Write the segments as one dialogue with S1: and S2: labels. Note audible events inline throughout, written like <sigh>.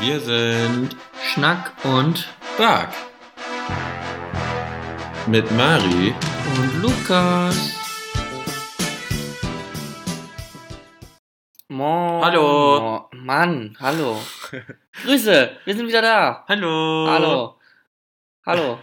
S1: Wir sind
S2: Schnack und,
S1: Dark. Mit Mari.
S2: und Lukas. Mo
S1: Hallo.
S2: Mo Mann, hallo. Grüße, wir sind wieder da.
S1: Hallo. <laughs> Oh
S2: Hallo. Hallo.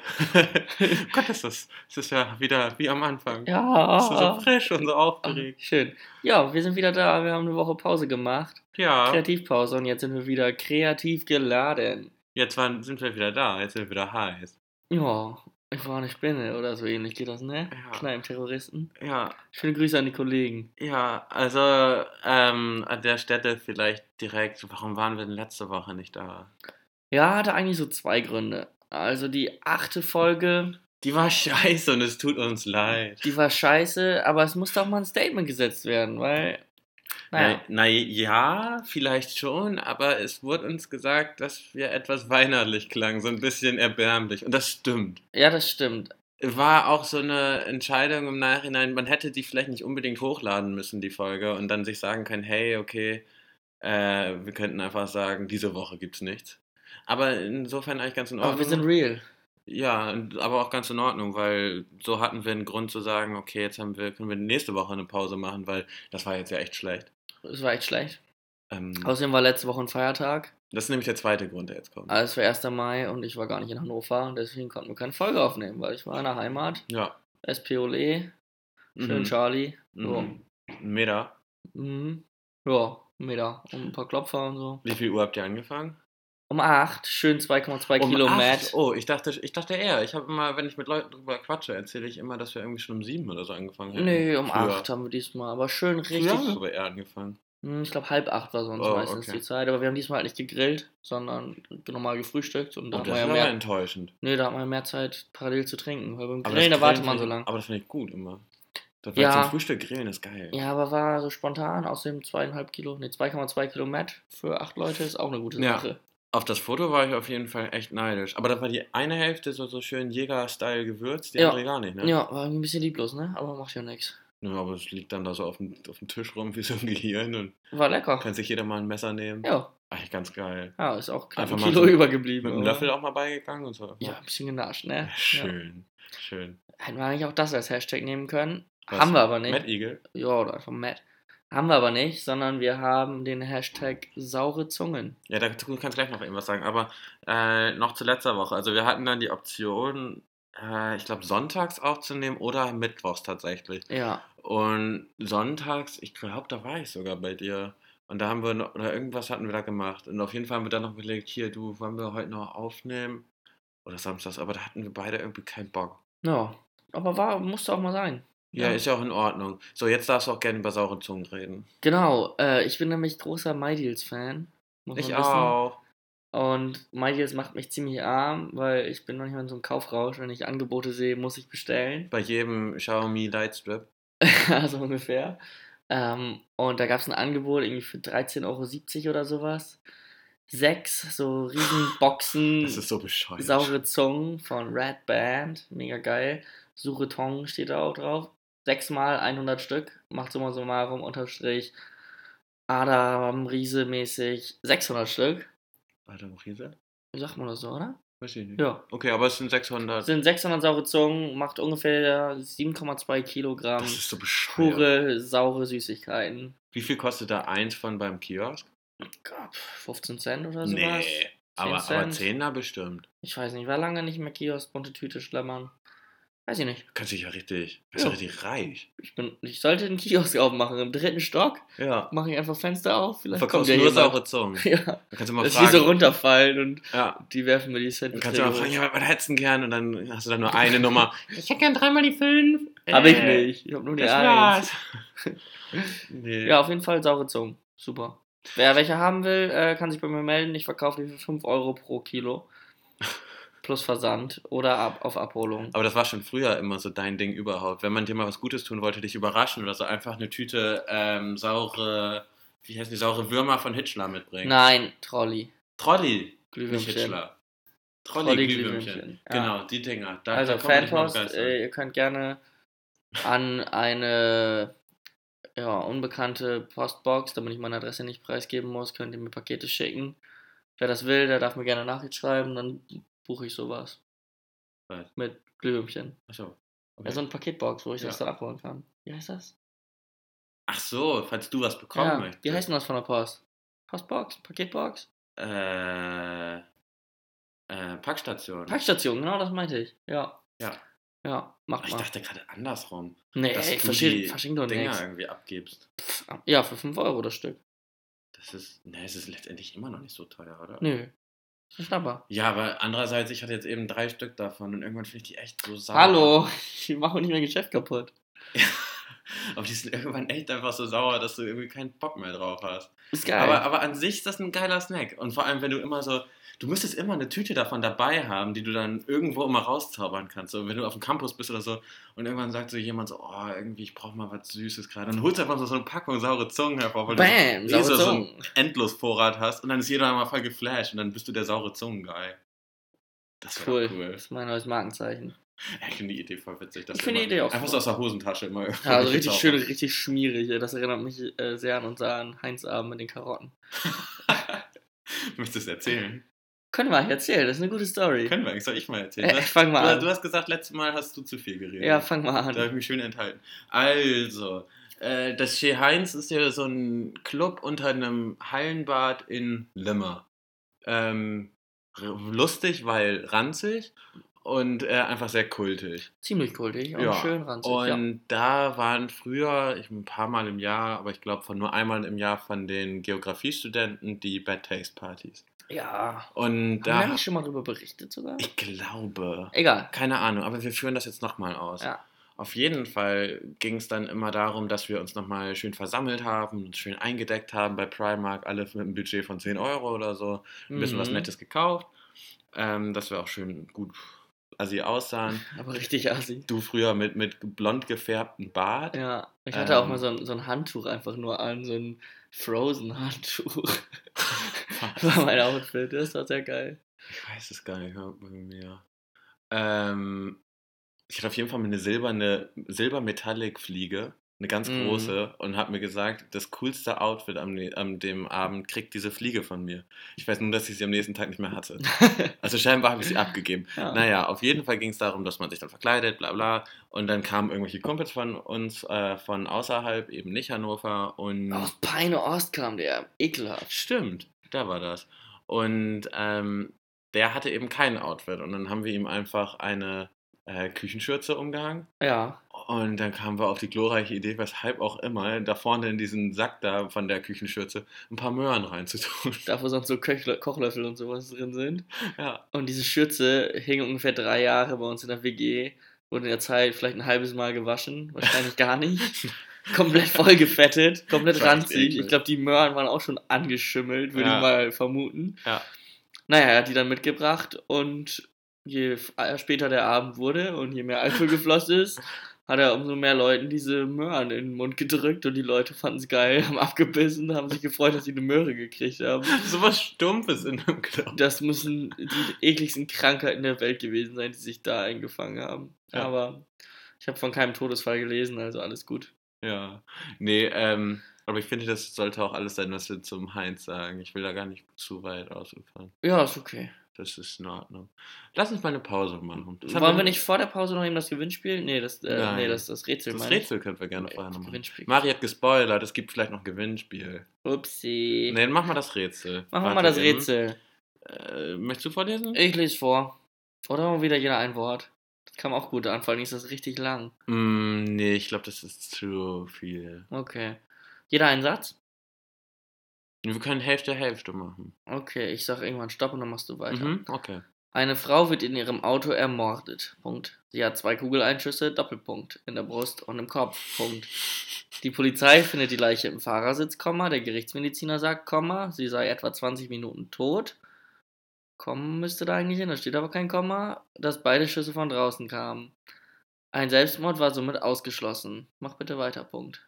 S1: Gott, ist das, das ist ja wieder wie am Anfang. Bist du so
S2: Ja.
S1: frisch und so aufgeregt.
S2: Schön. Ja, wir sind wieder da. Wir haben eine Woche Pause gemacht.
S1: Ja,
S2: Kreativpause und jetzt sind wir wieder kreativ geladen.
S1: jetzt waren, sind wir wieder da. Jetzt sind wir wieder heiß.
S2: Ja, ich war eine Spinne oder so ähnlich geht das, ne?
S1: Ja.
S2: Kneipenterroristen.
S1: Ja,
S2: Schöne Grüße an die Kollegen.
S1: ja, also ähm, an der Stelle vielleicht direkt, warum waren wir denn letzte Woche nicht da?
S2: Ja, hatte eigentlich so zwei Gründe. Also die achte Folge,
S1: Die war <laughs> scheiße und es tut uns leid.
S2: die war scheiße, aber es musste auch mal ein Statement gesetzt werden, weil. Naja.
S1: Na, na ja, vielleicht schon, aber es wurde uns gesagt, dass wir etwas weinerlich klangen, so ein bisschen erbärmlich. Und das stimmt.
S2: Ja, das stimmt.
S1: War auch so eine Entscheidung im Nachhinein, man hätte die vielleicht nicht unbedingt hochladen müssen, die Folge, und dann sich sagen können, hey, okay, äh, wir könnten einfach sagen, diese Woche gibt's nichts. Aber insofern eigentlich ganz in Ordnung.
S2: Aber wir sind real.
S1: Ja, und- aber auch ganz in Ordnung, weil so hatten wir einen Grund zu sagen, okay, jetzt haben wir, können wir nächste Woche eine Pause machen, weil das war jetzt ja echt schlecht.
S2: Es war echt schlecht.
S1: Ähm,
S2: Außerdem war letzte Woche ein Feiertag.
S1: das ist nämlich der zweite Grund, der jetzt kommt.
S2: Also es war 1. Mai und ich war gar nicht in Hannover und deswegen konnten wir keine Folge aufnehmen, weil ich war in der Heimat.
S1: Ja.
S2: SPOLE, E, schön
S1: Mhm.
S2: Charlie.
S1: Mhm. Ein Meter.
S2: Ja. Mhm. Ja, Meter. Und ein paar Klopfer und so.
S1: Wie viel Uhr habt ihr angefangen?
S2: Um 8, schön 2,2
S1: Um
S2: Kilo
S1: acht?
S2: Matt.
S1: Oh, ich dachte, ich dachte eher. Ich habe immer, wenn ich mit Leuten drüber quatsche, erzähle ich immer, dass wir irgendwie schon um sieben oder so angefangen haben.
S2: Nee, um
S1: Früher.
S2: 8 haben wir diesmal, aber schön richtig.
S1: Früher haben wir eher angefangen.
S2: Hm, Ich glaube, halb acht war sonst
S1: Oh,
S2: meistens
S1: okay.
S2: die Zeit. Aber wir haben diesmal halt nicht gegrillt, sondern normal gefrühstückt. Und da
S1: Und
S2: hat
S1: Oh, das
S2: man
S1: ist
S2: ja
S1: aber
S2: mehr,
S1: enttäuschend.
S2: nee, da hat man ja mehr Zeit, parallel zu trinken. Weil beim
S1: Aber
S2: Grillen,
S1: das
S2: da wartet
S1: Grillen
S2: man so
S1: finde ich-
S2: lang.
S1: Aber das finde ich gut immer. Das
S2: Ja.
S1: ja. Zum Frühstück grillen ist geil.
S2: Ja, aber war so spontan. Außerdem zweieinhalb Kilo, nee, 2,2 Kilo Matt für acht Leute ist auch eine gute
S1: Ja.
S2: Sache.
S1: Auf das Foto war ich auf jeden Fall echt neidisch. Aber das war die eine Hälfte so, so schön Jäger-Style gewürzt, die
S2: Ja.
S1: andere gar nicht,
S2: Ja,
S1: ne?
S2: war irgendwie ein bisschen lieblos, ne? Aber macht ja nichts.
S1: Ja, aber es liegt dann da so auf dem, auf dem Tisch rum wie so ein Gehirn und
S2: War lecker.
S1: kann sich jeder mal ein Messer nehmen.
S2: Ja,
S1: Eigentlich ganz geil.
S2: ja, ist auch knapp
S1: Einfach
S2: ein
S1: mal
S2: Kilo
S1: so
S2: übergeblieben.
S1: Mit einem
S2: aber-
S1: Löffel auch mal beigegangen und so.
S2: Ja, ein bisschen genascht, ne?
S1: Ja, Schön, schön.
S2: Ja. Hätten wir eigentlich auch das als Hashtag nehmen können.
S1: Was?
S2: Haben wir aber nicht.
S1: Mad Eagle?
S2: Ja, oder einfach Matt. Haben wir aber nicht, sondern wir haben den Hashtag saure Zungen.
S1: Ja, dazu kannst du gleich noch irgendwas sagen. Aber äh, noch zu letzter Woche. Also wir hatten dann die Option, äh, ich glaube, sonntags aufzunehmen oder mittwochs tatsächlich.
S2: Ja.
S1: Und sonntags, ich glaube, da war ich sogar bei dir. Und da haben wir noch, oder irgendwas hatten wir da gemacht. Und auf jeden Fall haben wir dann noch überlegt, hier, du, wollen wir heute noch aufnehmen? Oder samstags, aber da hatten wir beide irgendwie keinen Bock.
S2: Ja. Aber war, musste auch mal sein.
S1: Ja,
S2: Ja.
S1: ist ja auch in Ordnung. So, jetzt darfst du auch gerne über saure Zungen reden.
S2: Genau, äh, ich bin nämlich großer MyDeals-Fan. muss
S1: Ich
S2: man wissen.
S1: auch.
S2: Und MyDeals macht mich ziemlich arm, weil ich bin manchmal in so einem Kaufrausch. Wenn ich Angebote sehe, muss ich bestellen. <laughs>
S1: Bei jedem Xiaomi Lightstrip.
S2: also ungefähr. Ähm, und da gab es ein Angebot irgendwie für 13,70 Euro oder sowas. Sechs so riesen
S1: <laughs>
S2: Boxen.
S1: Das ist so bescheuert.
S2: Hm. Saure Zungen von Red Band, mega geil. Sure Tong steht da auch drauf. Sechsmal 100 Stück, macht summa summarum unterstrich. Adam Riese mäßig 600 Stück.
S1: Warte, Riese?
S2: Wie sagt man das so, oder?
S1: Weiß ich nicht.
S2: Ja.
S1: Okay, aber es sind 600.
S2: Das sind 600 saure Zungen, macht ungefähr 7,2 Kilogramm
S1: das ist so bescheuert.
S2: pure saure Süßigkeiten.
S1: Wie viel kostet da eins von beim Kiosk?
S2: Gott, 15 Cent oder sowas.
S1: aber, aber
S2: Cent.
S1: 10 da bestimmt.
S2: Ich weiß nicht, war lange nicht mehr Kiosk, bunte Tüte schlammern. Weiß ich nicht.
S1: Kannst dich ja richtig, bist ja
S2: Ja.
S1: richtig reich.
S2: Ich, bin, ich sollte einen Kiosk <laughs> aufmachen im dritten Stock.
S1: Ja.
S2: mache ich einfach Fenster auf, vielleicht kommt
S1: Verkaufst
S2: ja
S1: nur
S2: jemand.
S1: saure Zungen.
S2: <laughs> Ja,
S1: Dann kannst du mal
S2: dass die
S1: fragen.
S2: so runterfallen und
S1: ja.
S2: die werfen mir die Cent.
S1: Dann kannst du mal fragen, ja, was hättest du denn gern? Und dann hast du dann nur eine
S2: <laughs>
S1: Nummer. Ich hätte gern dreimal die fünf. Äh,
S2: Hab ich nicht, ich hab nur die
S1: Das
S2: eins.
S1: war's. <laughs> nee.
S2: Ja, auf jeden Fall saure Zungen, super. Wer welche haben will, äh, kann sich bei mir melden. Ich verkaufe die für 5 Euro pro
S1: <laughs>
S2: Kilo. Plus Versand oder ab, auf Abholung.
S1: Aber das war schon früher immer so dein Ding überhaupt. Wenn man dir mal was Gutes tun wollte, dich überraschen oder so, einfach eine Tüte ähm, saure, wie heißen die, saure Würmer von Hitchler mitbringen.
S2: Nein, Trolley.
S1: Trolli, nicht
S2: Glühwürmchen.
S1: Hitchler. Trolli-Glühwürmchen.
S2: Trolli-Glühwürmchen, ja.
S1: Genau, die Dinger. Da,
S2: Also äh,
S1: da kommt man nicht mehr
S2: Fanpost,
S1: begeistert.
S2: äh, ihr könnt gerne an eine ja, unbekannte Postbox, damit ich meine Adresse nicht preisgeben muss, könnt ihr mir Pakete schicken. Wer das will, der darf mir gerne Nachricht schreiben, dann buche ich sowas.
S1: Was?
S2: Mit Glühwürmchen.
S1: Achso. Okay.
S2: Ja, so eine Paketbox, wo ich das
S1: Ja.
S2: dann abholen kann. Wie heißt das?
S1: Ach so, falls du was bekommen
S2: ja,
S1: möchtest.
S2: wie heißt denn das von der Post? Postbox? Paketbox?
S1: Äh, äh, Packstation.
S2: Packstation, genau das meinte ich. Ja.
S1: Ja.
S2: Ja,
S1: Ach,
S2: mach mal.
S1: ich dachte gerade andersrum.
S2: nee,
S1: dass
S2: ey,
S1: du
S2: verschieden,
S1: die
S2: verschieden doch
S1: Dinger
S2: nichts.
S1: irgendwie abgibst.
S2: Ja, für 5 Euro das Stück.
S1: Das ist, ne, es ist letztendlich immer noch nicht so teuer, oder?
S2: Nö. Das ist ein Schnapper.
S1: Ja, aber andererseits, ich hatte jetzt eben drei Stück davon und irgendwann finde ich die echt so sauer.
S2: Hallo, <laughs> ich mache nicht mein Geschäft kaputt.
S1: <laughs> aber die sind irgendwann echt einfach so sauer, dass du irgendwie keinen Bock mehr drauf hast.
S2: Ist geil.
S1: Aber, aber an sich ist das ein geiler Snack. Und vor allem, wenn du immer so, du müsstest immer eine Tüte davon dabei haben, die du dann irgendwo immer rauszaubern kannst. So, wenn du auf dem Campus bist oder so und irgendwann sagt so jemand so, oh, irgendwie, ich brauche mal was Süßes gerade. Und holst einfach so eine Packung saure Zungen hervor, weil du
S2: Bam,
S1: eh so,
S2: saure
S1: so
S2: Zungen.
S1: einen endlos Vorrat hast. Und dann ist jeder mal voll geflasht und dann bist du der saure Zungen-Guy. Das wäre
S2: Cool.
S1: cool. cool.
S2: Das ist mein neues Markenzeichen.
S1: Ja, Ich finde die Idee voll witzig. dass
S2: Ich
S1: du
S2: finde die
S1: immer-
S2: Idee auch
S1: Einfach
S2: cool.
S1: so aus der Hosentasche immer.
S2: Ja,
S1: <laughs>
S2: also
S1: irgendwelche
S2: richtig schön,
S1: zaubern.
S2: richtig schmierig. ey. Das erinnert mich äh, sehr an unseren Heinz-Abend mit den Karotten.
S1: Du möchtest erzählen.
S2: Können wir erzählen, das ist eine gute Story.
S1: Können wir, soll ich mal erzählen?
S2: Äh, fang mal
S1: Du, du
S2: an.
S1: hast gesagt, letztes Mal hast du zu viel geredet.
S2: Ja, fang mal
S1: Genau. da habe
S2: an.
S1: ich mich schön enthalten. Also, äh, das Chez Heinz ist ja so ein Club unter einem Hallenbad in Limmer. Ähm, r- lustig, weil ranzig und äh, einfach sehr kultig.
S2: Ziemlich kultig und
S1: Ja.
S2: schön ranzig. ja.
S1: Und da waren früher, ich ein paar Mal im Jahr, aber ich glaube von nur einmal im Jahr von den Geografiestudenten die Bad Taste Partys.
S2: ja.
S1: Und
S2: Haben wir da
S1: da,
S2: nicht schon mal drüber berichtet sogar?
S1: ich glaube,
S2: Egal.
S1: keine Ahnung, aber wir führen das jetzt nochmal aus.
S2: Ja.
S1: Auf jeden Fall ging es dann immer darum, dass wir uns nochmal schön versammelt haben, uns schön eingedeckt haben bei Primark, alle mit einem Budget von 10 Euro oder so, ein bisschen was
S2: Mhm.
S1: Nettes gekauft, ähm, dass wir auch schön gut assi aussahen.
S2: Aber richtig assi.
S1: Du früher mit, mit blond gefärbtem Bart.
S2: Ja. Ich hatte auch
S1: Ähm.
S2: mal so ein, so ein Handtuch einfach nur an, so ein Frozen-Handtuch. Das war mein Outfit, das war sehr geil.
S1: Ich weiß es gar nicht ja, bei mir. Ähm, ich hatte auf jeden Fall mal eine silberne, Silber-Metallic-Fliege, eine ganz
S2: Mhm.
S1: große, und habe mir gesagt, das coolste Outfit am, ne- am dem Abend kriegt diese Fliege von mir. Ich weiß nur, dass ich sie am nächsten Tag nicht mehr hatte. Also scheinbar habe ich sie abgegeben.
S2: Ja.
S1: Naja, auf jeden Fall ging es darum, dass man sich dann verkleidet, bla bla. Und dann kamen irgendwelche Kumpels von uns, äh, von außerhalb, eben nicht Hannover. Und
S2: Aus Peine Ost kam der. Ekelhaft.
S1: Stimmt, da war das. Und ähm, der hatte eben kein Outfit. Und dann haben wir ihm einfach eine äh, Küchenschürze umgehangen.
S2: Ja.
S1: Und dann kamen wir auf die glorreiche Idee, weshalb auch immer, da vorne in diesen Sack da von der Küchenschürze ein paar Möhren reinzutun. <laughs>
S2: <laughs> Da wo sonst so Köchlö Kochlöffel und sowas drin sind.
S1: ja.
S2: Und diese Schürze hing ungefähr drei Jahre bei uns in der WG. Wurde in der Zeit vielleicht ein halbes Mal gewaschen. Wahrscheinlich
S1: <laughs>
S2: gar nicht. Komplett vollgefettet. Komplett
S1: Das war echt
S2: ranzig.
S1: eklig.
S2: Ich glaube, die Möhren waren auch schon angeschimmelt, würde
S1: Ja.
S2: ich mal vermuten.
S1: Ja.
S2: Naja, er hat die dann mitgebracht. Und je f- später der Abend wurde und je
S1: <laughs>
S2: mehr Alkohol geflossen ist, hat er umso mehr Leuten diese Möhren in den Mund gedrückt. Und die Leute fanden es geil, haben abgebissen, haben sich gefreut, dass sie eine Möhre gekriegt haben.
S1: Sowas Stumpfes in einem Club.
S2: Das müssen die ekligsten Krankheiten der Welt gewesen sein, die sich da eingefangen haben.
S1: Ja.
S2: Aber ich habe von keinem Todesfall gelesen, also alles gut.
S1: Ja. Nee, ähm, aber ich finde, das sollte auch alles sein, was wir zum Heinz sagen. Ich will da gar nicht zu weit ausufern.
S2: Ja, ist okay.
S1: Das ist in Ordnung. Lass uns mal eine Pause machen. Das haben
S2: Wollen wir nicht vor der Pause noch eben das Gewinnspiel? Nee, das, äh,
S1: Nein.
S2: nee, das, das Rätsel.
S1: Das
S2: meine ich. Äh,
S1: Rätsel können wir gerne vorher noch
S2: Das
S1: machen.
S2: Gewinnspiel.
S1: Mari hat gespoilert, es gibt vielleicht noch ein Gewinnspiel.
S2: Upsi.
S1: Nee, dann machen wir das Rätsel.
S2: Machen wir
S1: Warte
S2: mal das
S1: eben.
S2: Rätsel.
S1: Äh, möchtest du vorlesen?
S2: Ich lese vor. Oder mal wieder jeder ein Wort. Das kam auch gut an, vor allem ist das richtig lang.
S1: Mm, nee, ich glaube, das ist zu viel.
S2: Okay. Jeder ein Satz?
S1: Wir können Hälfte, Hälfte machen.
S2: Okay, ich sag irgendwann Stopp und dann machst du weiter.
S1: Mhm, okay.
S2: Eine Frau wird in ihrem Auto ermordet. Punkt. Sie hat zwei Kugeleinschüsse, Doppelpunkt, in der Brust und im Kopf. Punkt. Die Polizei findet die Leiche im Fahrersitz, Komma, der Gerichtsmediziner sagt, Komma, sie sei etwa 20 Minuten tot. Kommen müsste da eigentlich hin, da steht aber kein Komma, dass beide Schüsse von draußen kamen. Ein Selbstmord war somit ausgeschlossen. Mach bitte weiter, Punkt.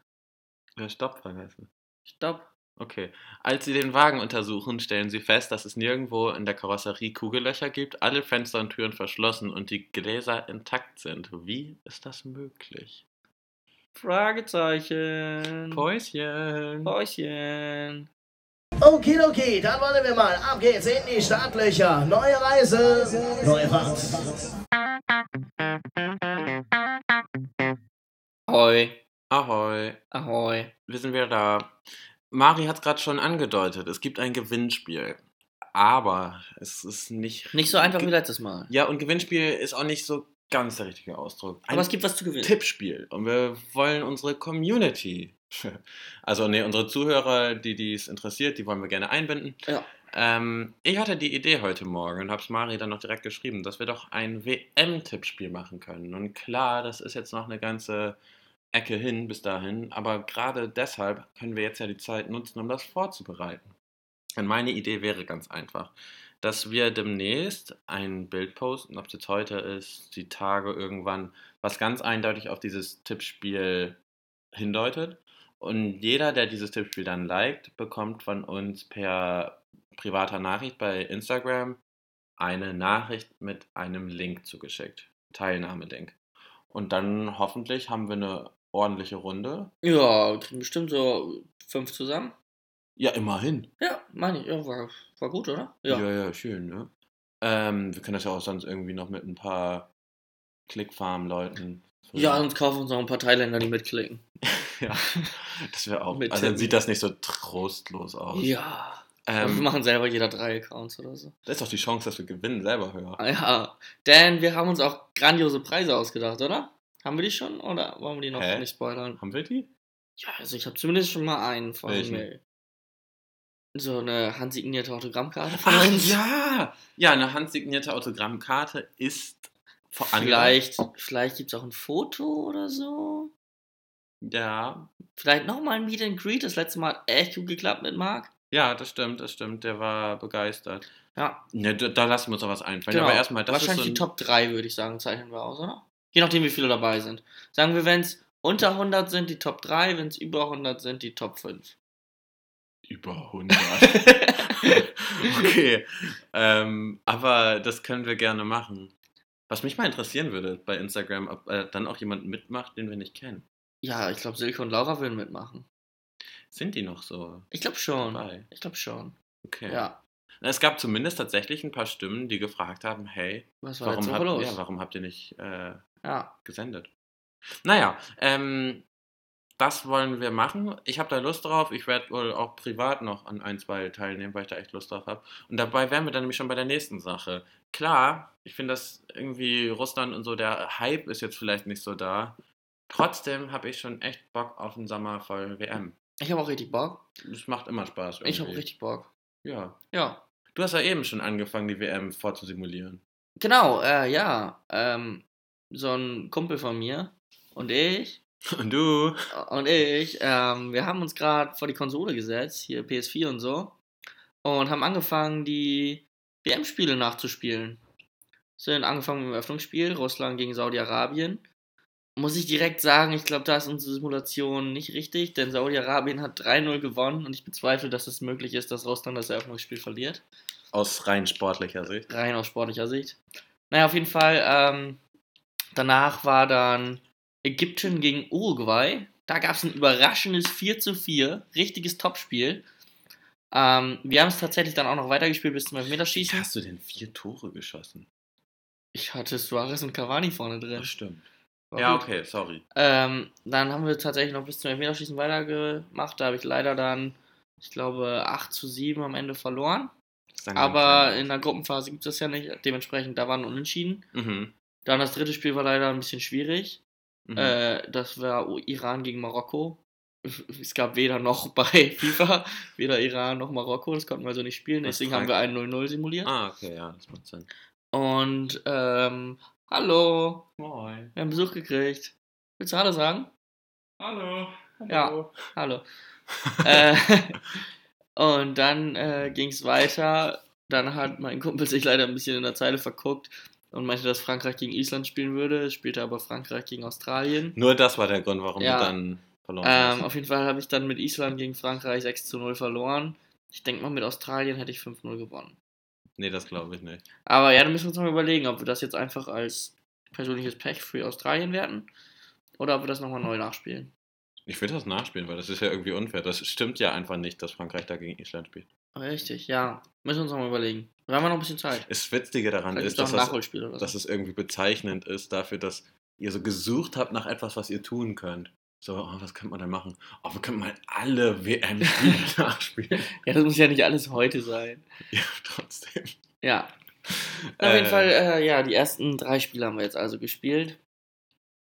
S1: Ja, Stopp vergessen.
S2: Stopp.
S1: Okay. Als sie den Wagen untersuchen, stellen sie fest, dass es nirgendwo in der Karosserie Kugellöcher gibt, alle Fenster und Türen verschlossen und die Gläser intakt sind. Wie ist das möglich?
S2: Fragezeichen.
S1: Päuschen.
S2: Oh. Päuschen.
S3: Okidoki, dann wollen wir mal. Ab geht's in die Startlöcher. Neue Reise, neue Fahrt.
S2: Ahoi.
S1: Ahoi.
S2: Ahoi.
S1: Wir sind wieder da. Mari hat es gerade schon angedeutet. Es gibt ein Gewinnspiel. Aber es ist nicht.
S2: Nicht so einfach wie
S1: Ge-
S2: letztes Mal.
S1: Ja, und Gewinnspiel ist auch nicht so ganz der richtige Ausdruck. Ein
S2: Aber es gibt was zu gewinnen.
S1: Tippspiel. Und wir wollen unsere Community, <laughs> also nee, unsere Zuhörer, die dies interessiert, die wollen wir gerne einbinden.
S2: Ja.
S1: Ähm, ich hatte die Idee heute Morgen und habe es Mari dann noch direkt geschrieben, dass wir doch ein WM-Tippspiel machen können. Und klar, das ist jetzt noch eine ganze Ecke hin bis dahin, aber gerade deshalb können wir jetzt ja die Zeit nutzen, um das vorzubereiten. Und meine Idee wäre ganz einfach, dass wir demnächst ein Bild posten, ob es jetzt heute ist, die Tage irgendwann, was ganz eindeutig auf dieses Tippspiel hindeutet. Und jeder, der dieses Tippspiel dann liked, bekommt von uns per privater Nachricht bei Instagram eine Nachricht mit einem Link zugeschickt. Teilnahmelink. Und dann hoffentlich haben wir eine ordentliche Runde.
S2: Ja, kriegen bestimmt so fünf zusammen.
S1: Ja, immerhin.
S2: Ja, meine ich. Ja, war, war gut, oder?
S1: Ja, ja, schön, ne? Ähm, wir können das ja auch sonst irgendwie noch mit ein paar Klickfarm-Leuten.
S2: Ja, sonst kaufen wir uns noch ein paar Thailänder, die mitklicken.
S1: ja. Das wäre auch.
S2: Mit
S1: Also dann
S2: Tim.
S1: sieht das nicht so trostlos aus.
S2: Ja. Und wir
S1: Ähm,
S2: machen selber jeder drei Accounts oder so.
S1: da ist doch die Chance, dass wir gewinnen, selber höher.
S2: Ah, Ja, denn wir haben uns auch grandiose Preise ausgedacht, oder? Haben wir die schon oder wollen wir die noch
S1: Hä?
S2: nicht spoilern?
S1: Haben wir die?
S2: Ja, also ich habe zumindest schon mal einen von
S1: Welchen?
S2: mir. So eine handsignierte Autogrammkarte von
S1: Ach
S2: uns.
S1: ja! Ja, eine handsignierte Autogrammkarte ist vor angedacht.
S2: Vielleicht, vielleicht gibt es auch ein Foto oder so.
S1: Ja.
S2: Vielleicht nochmal ein Meet and Greet. Das letzte Mal hat echt gut geklappt mit Marc.
S1: Ja, das stimmt, das stimmt. Der war begeistert.
S2: Ja,
S1: Ne, da, da lassen wir uns doch was einfallen.
S2: genau.
S1: Aber erstmal, das
S2: Wahrscheinlich
S1: ist
S2: die
S1: so ein,
S2: Top 3, würde ich sagen, zeichnen wir aus, oder? Je nachdem, wie viele dabei sind. Sagen wir, wenn es unter 100 sind, die Top 3. Wenn es über 100 sind, die Top
S1: <laughs>
S2: 5.
S1: über 100.
S2: <laughs>
S1: okay. Ähm, aber das können wir gerne machen. Was mich mal interessieren würde bei Instagram, ob äh, dann auch jemand mitmacht, den wir nicht kennen.
S2: Ja, ich glaube, Silke und Laura würden mitmachen.
S1: Sind die noch so
S2: Ich glaube schon.
S1: dabei?
S2: Ich glaube schon.
S1: Okay.
S2: Mhm. Ja.
S1: Es gab zumindest tatsächlich ein paar Stimmen, die gefragt haben, hey,
S2: Was war
S1: warum
S2: letzte Woche
S1: habt,
S2: los?
S1: ja, warum habt ihr nicht äh,
S2: ja.
S1: gesendet? Naja, ähm, das wollen wir machen. Ich habe da Lust drauf. Ich werde wohl auch privat noch an ein, zwei teilnehmen, weil ich da echt Lust drauf habe. Und dabei wären wir dann nämlich schon bei der nächsten Sache. Klar, ich finde das irgendwie Russland und so, der Hype ist jetzt vielleicht nicht so da. Trotzdem habe ich schon echt Bock auf den Sommer voll WM.
S2: Ich habe auch richtig Bock.
S1: Es macht immer Spaß. Irgendwie.
S2: Ich habe richtig Bock.
S1: Ja.
S2: Ja.
S1: Du hast ja eben schon angefangen, die WM vorzusimulieren. <laughs>
S2: Genau, äh, ja. Ähm, so ein Kumpel von mir und ich
S1: Und du?
S2: und ich, ähm, wir haben uns gerade vor die Konsole gesetzt, hier PS4 und so, und haben angefangen, die WM-Spiele nachzuspielen. Sind angefangen mit dem Eröffnungsspiel, Russland gegen Saudi-Arabien. Muss ich direkt sagen, ich glaube, da ist unsere Simulation nicht richtig, denn Saudi-Arabien hat 3-0 gewonnen und ich bezweifle, dass es möglich ist, dass Russland das Eröffnungsspiel verliert
S1: Aus rein sportlicher Sicht.
S2: rein aus sportlicher Sicht. Naja, auf jeden Fall, ähm, danach war dann Ägypten gegen Uruguay. Da gab es ein überraschendes 4 zu 4, richtiges Topspiel. Ähm, wir haben es tatsächlich dann auch noch weitergespielt bis zum Elfmeterschießen.
S1: Hast du denn vier Tore geschossen?
S2: Ich hatte Suarez und Cavani vorne drin.
S1: stimmt.
S2: War
S1: ja,
S2: gut.
S1: okay, sorry.
S2: Ähm, dann haben wir tatsächlich noch bis zum Elfmeterschießen weitergemacht. Da habe ich leider dann, ich glaube, 8 zu 7 am Ende verloren.
S1: Sagen wir
S2: Aber
S1: mal.
S2: in der Gruppenphase gibt es das ja nicht. Dementsprechend, da waren Unentschieden.
S1: Mhm.
S2: Dann das dritte Spiel war leider ein bisschen schwierig.
S1: Mhm.
S2: Äh, das war U- Iran gegen Marokko. <laughs> Es gab weder noch <laughs> bei FIFA, weder Iran noch Marokko. Das konnten wir also nicht spielen.
S1: Was
S2: Deswegen
S1: fragt-
S2: haben wir ein 0-0 simuliert.
S1: Ah, okay, ja, das macht Sinn.
S2: Und, ähm, hallo,
S1: Moin.
S2: wir haben Besuch gekriegt. Willst du Hallo sagen?
S1: Hallo.
S2: Hallo.
S1: <laughs>
S2: Hallo. äh, <laughs> und dann äh, ging es weiter. Dann hat mein Kumpel sich leider ein bisschen in der Zeile verguckt und meinte, dass Frankreich gegen Island spielen würde. Spielte aber Frankreich gegen Australien.
S1: Nur das war der Grund, warum
S2: Ja.
S1: du dann verloren
S2: Ähm,
S1: hast.
S2: auf jeden Fall habe ich dann mit Island gegen Frankreich 6 zu 0 verloren. Ich denke mal, mit Australien hätte ich 5-0 gewonnen.
S1: Nee, das glaube ich nicht.
S2: Aber ja, da müssen wir uns mal überlegen, ob wir das jetzt einfach als persönliches Pech für Australien werten Oder ob wir das nochmal neu nachspielen.
S1: Ich will das nachspielen, weil das ist ja irgendwie unfair. Das stimmt ja einfach nicht, dass Frankreich da gegen Island spielt.
S2: Richtig, ja. Müssen wir uns nochmal überlegen. Wir haben ja noch ein bisschen Zeit.
S1: Das Witzige daran
S2: Vielleicht
S1: ist,
S2: ist doch
S1: dass
S2: ein
S1: das,
S2: Nachholspiel oder so.
S1: dass es irgendwie bezeichnend ist dafür, dass ihr so gesucht habt nach etwas, was ihr tun könnt. So, oh, was könnte man denn machen? Oh, wir können mal alle WM-Spiele <laughs> nachspielen.
S2: Ja, das muss ja nicht alles heute sein.
S1: Ja, trotzdem.
S2: Ja. Auf
S1: Äh,
S2: jeden Fall, äh, ja, die ersten drei Spiele haben wir jetzt also gespielt.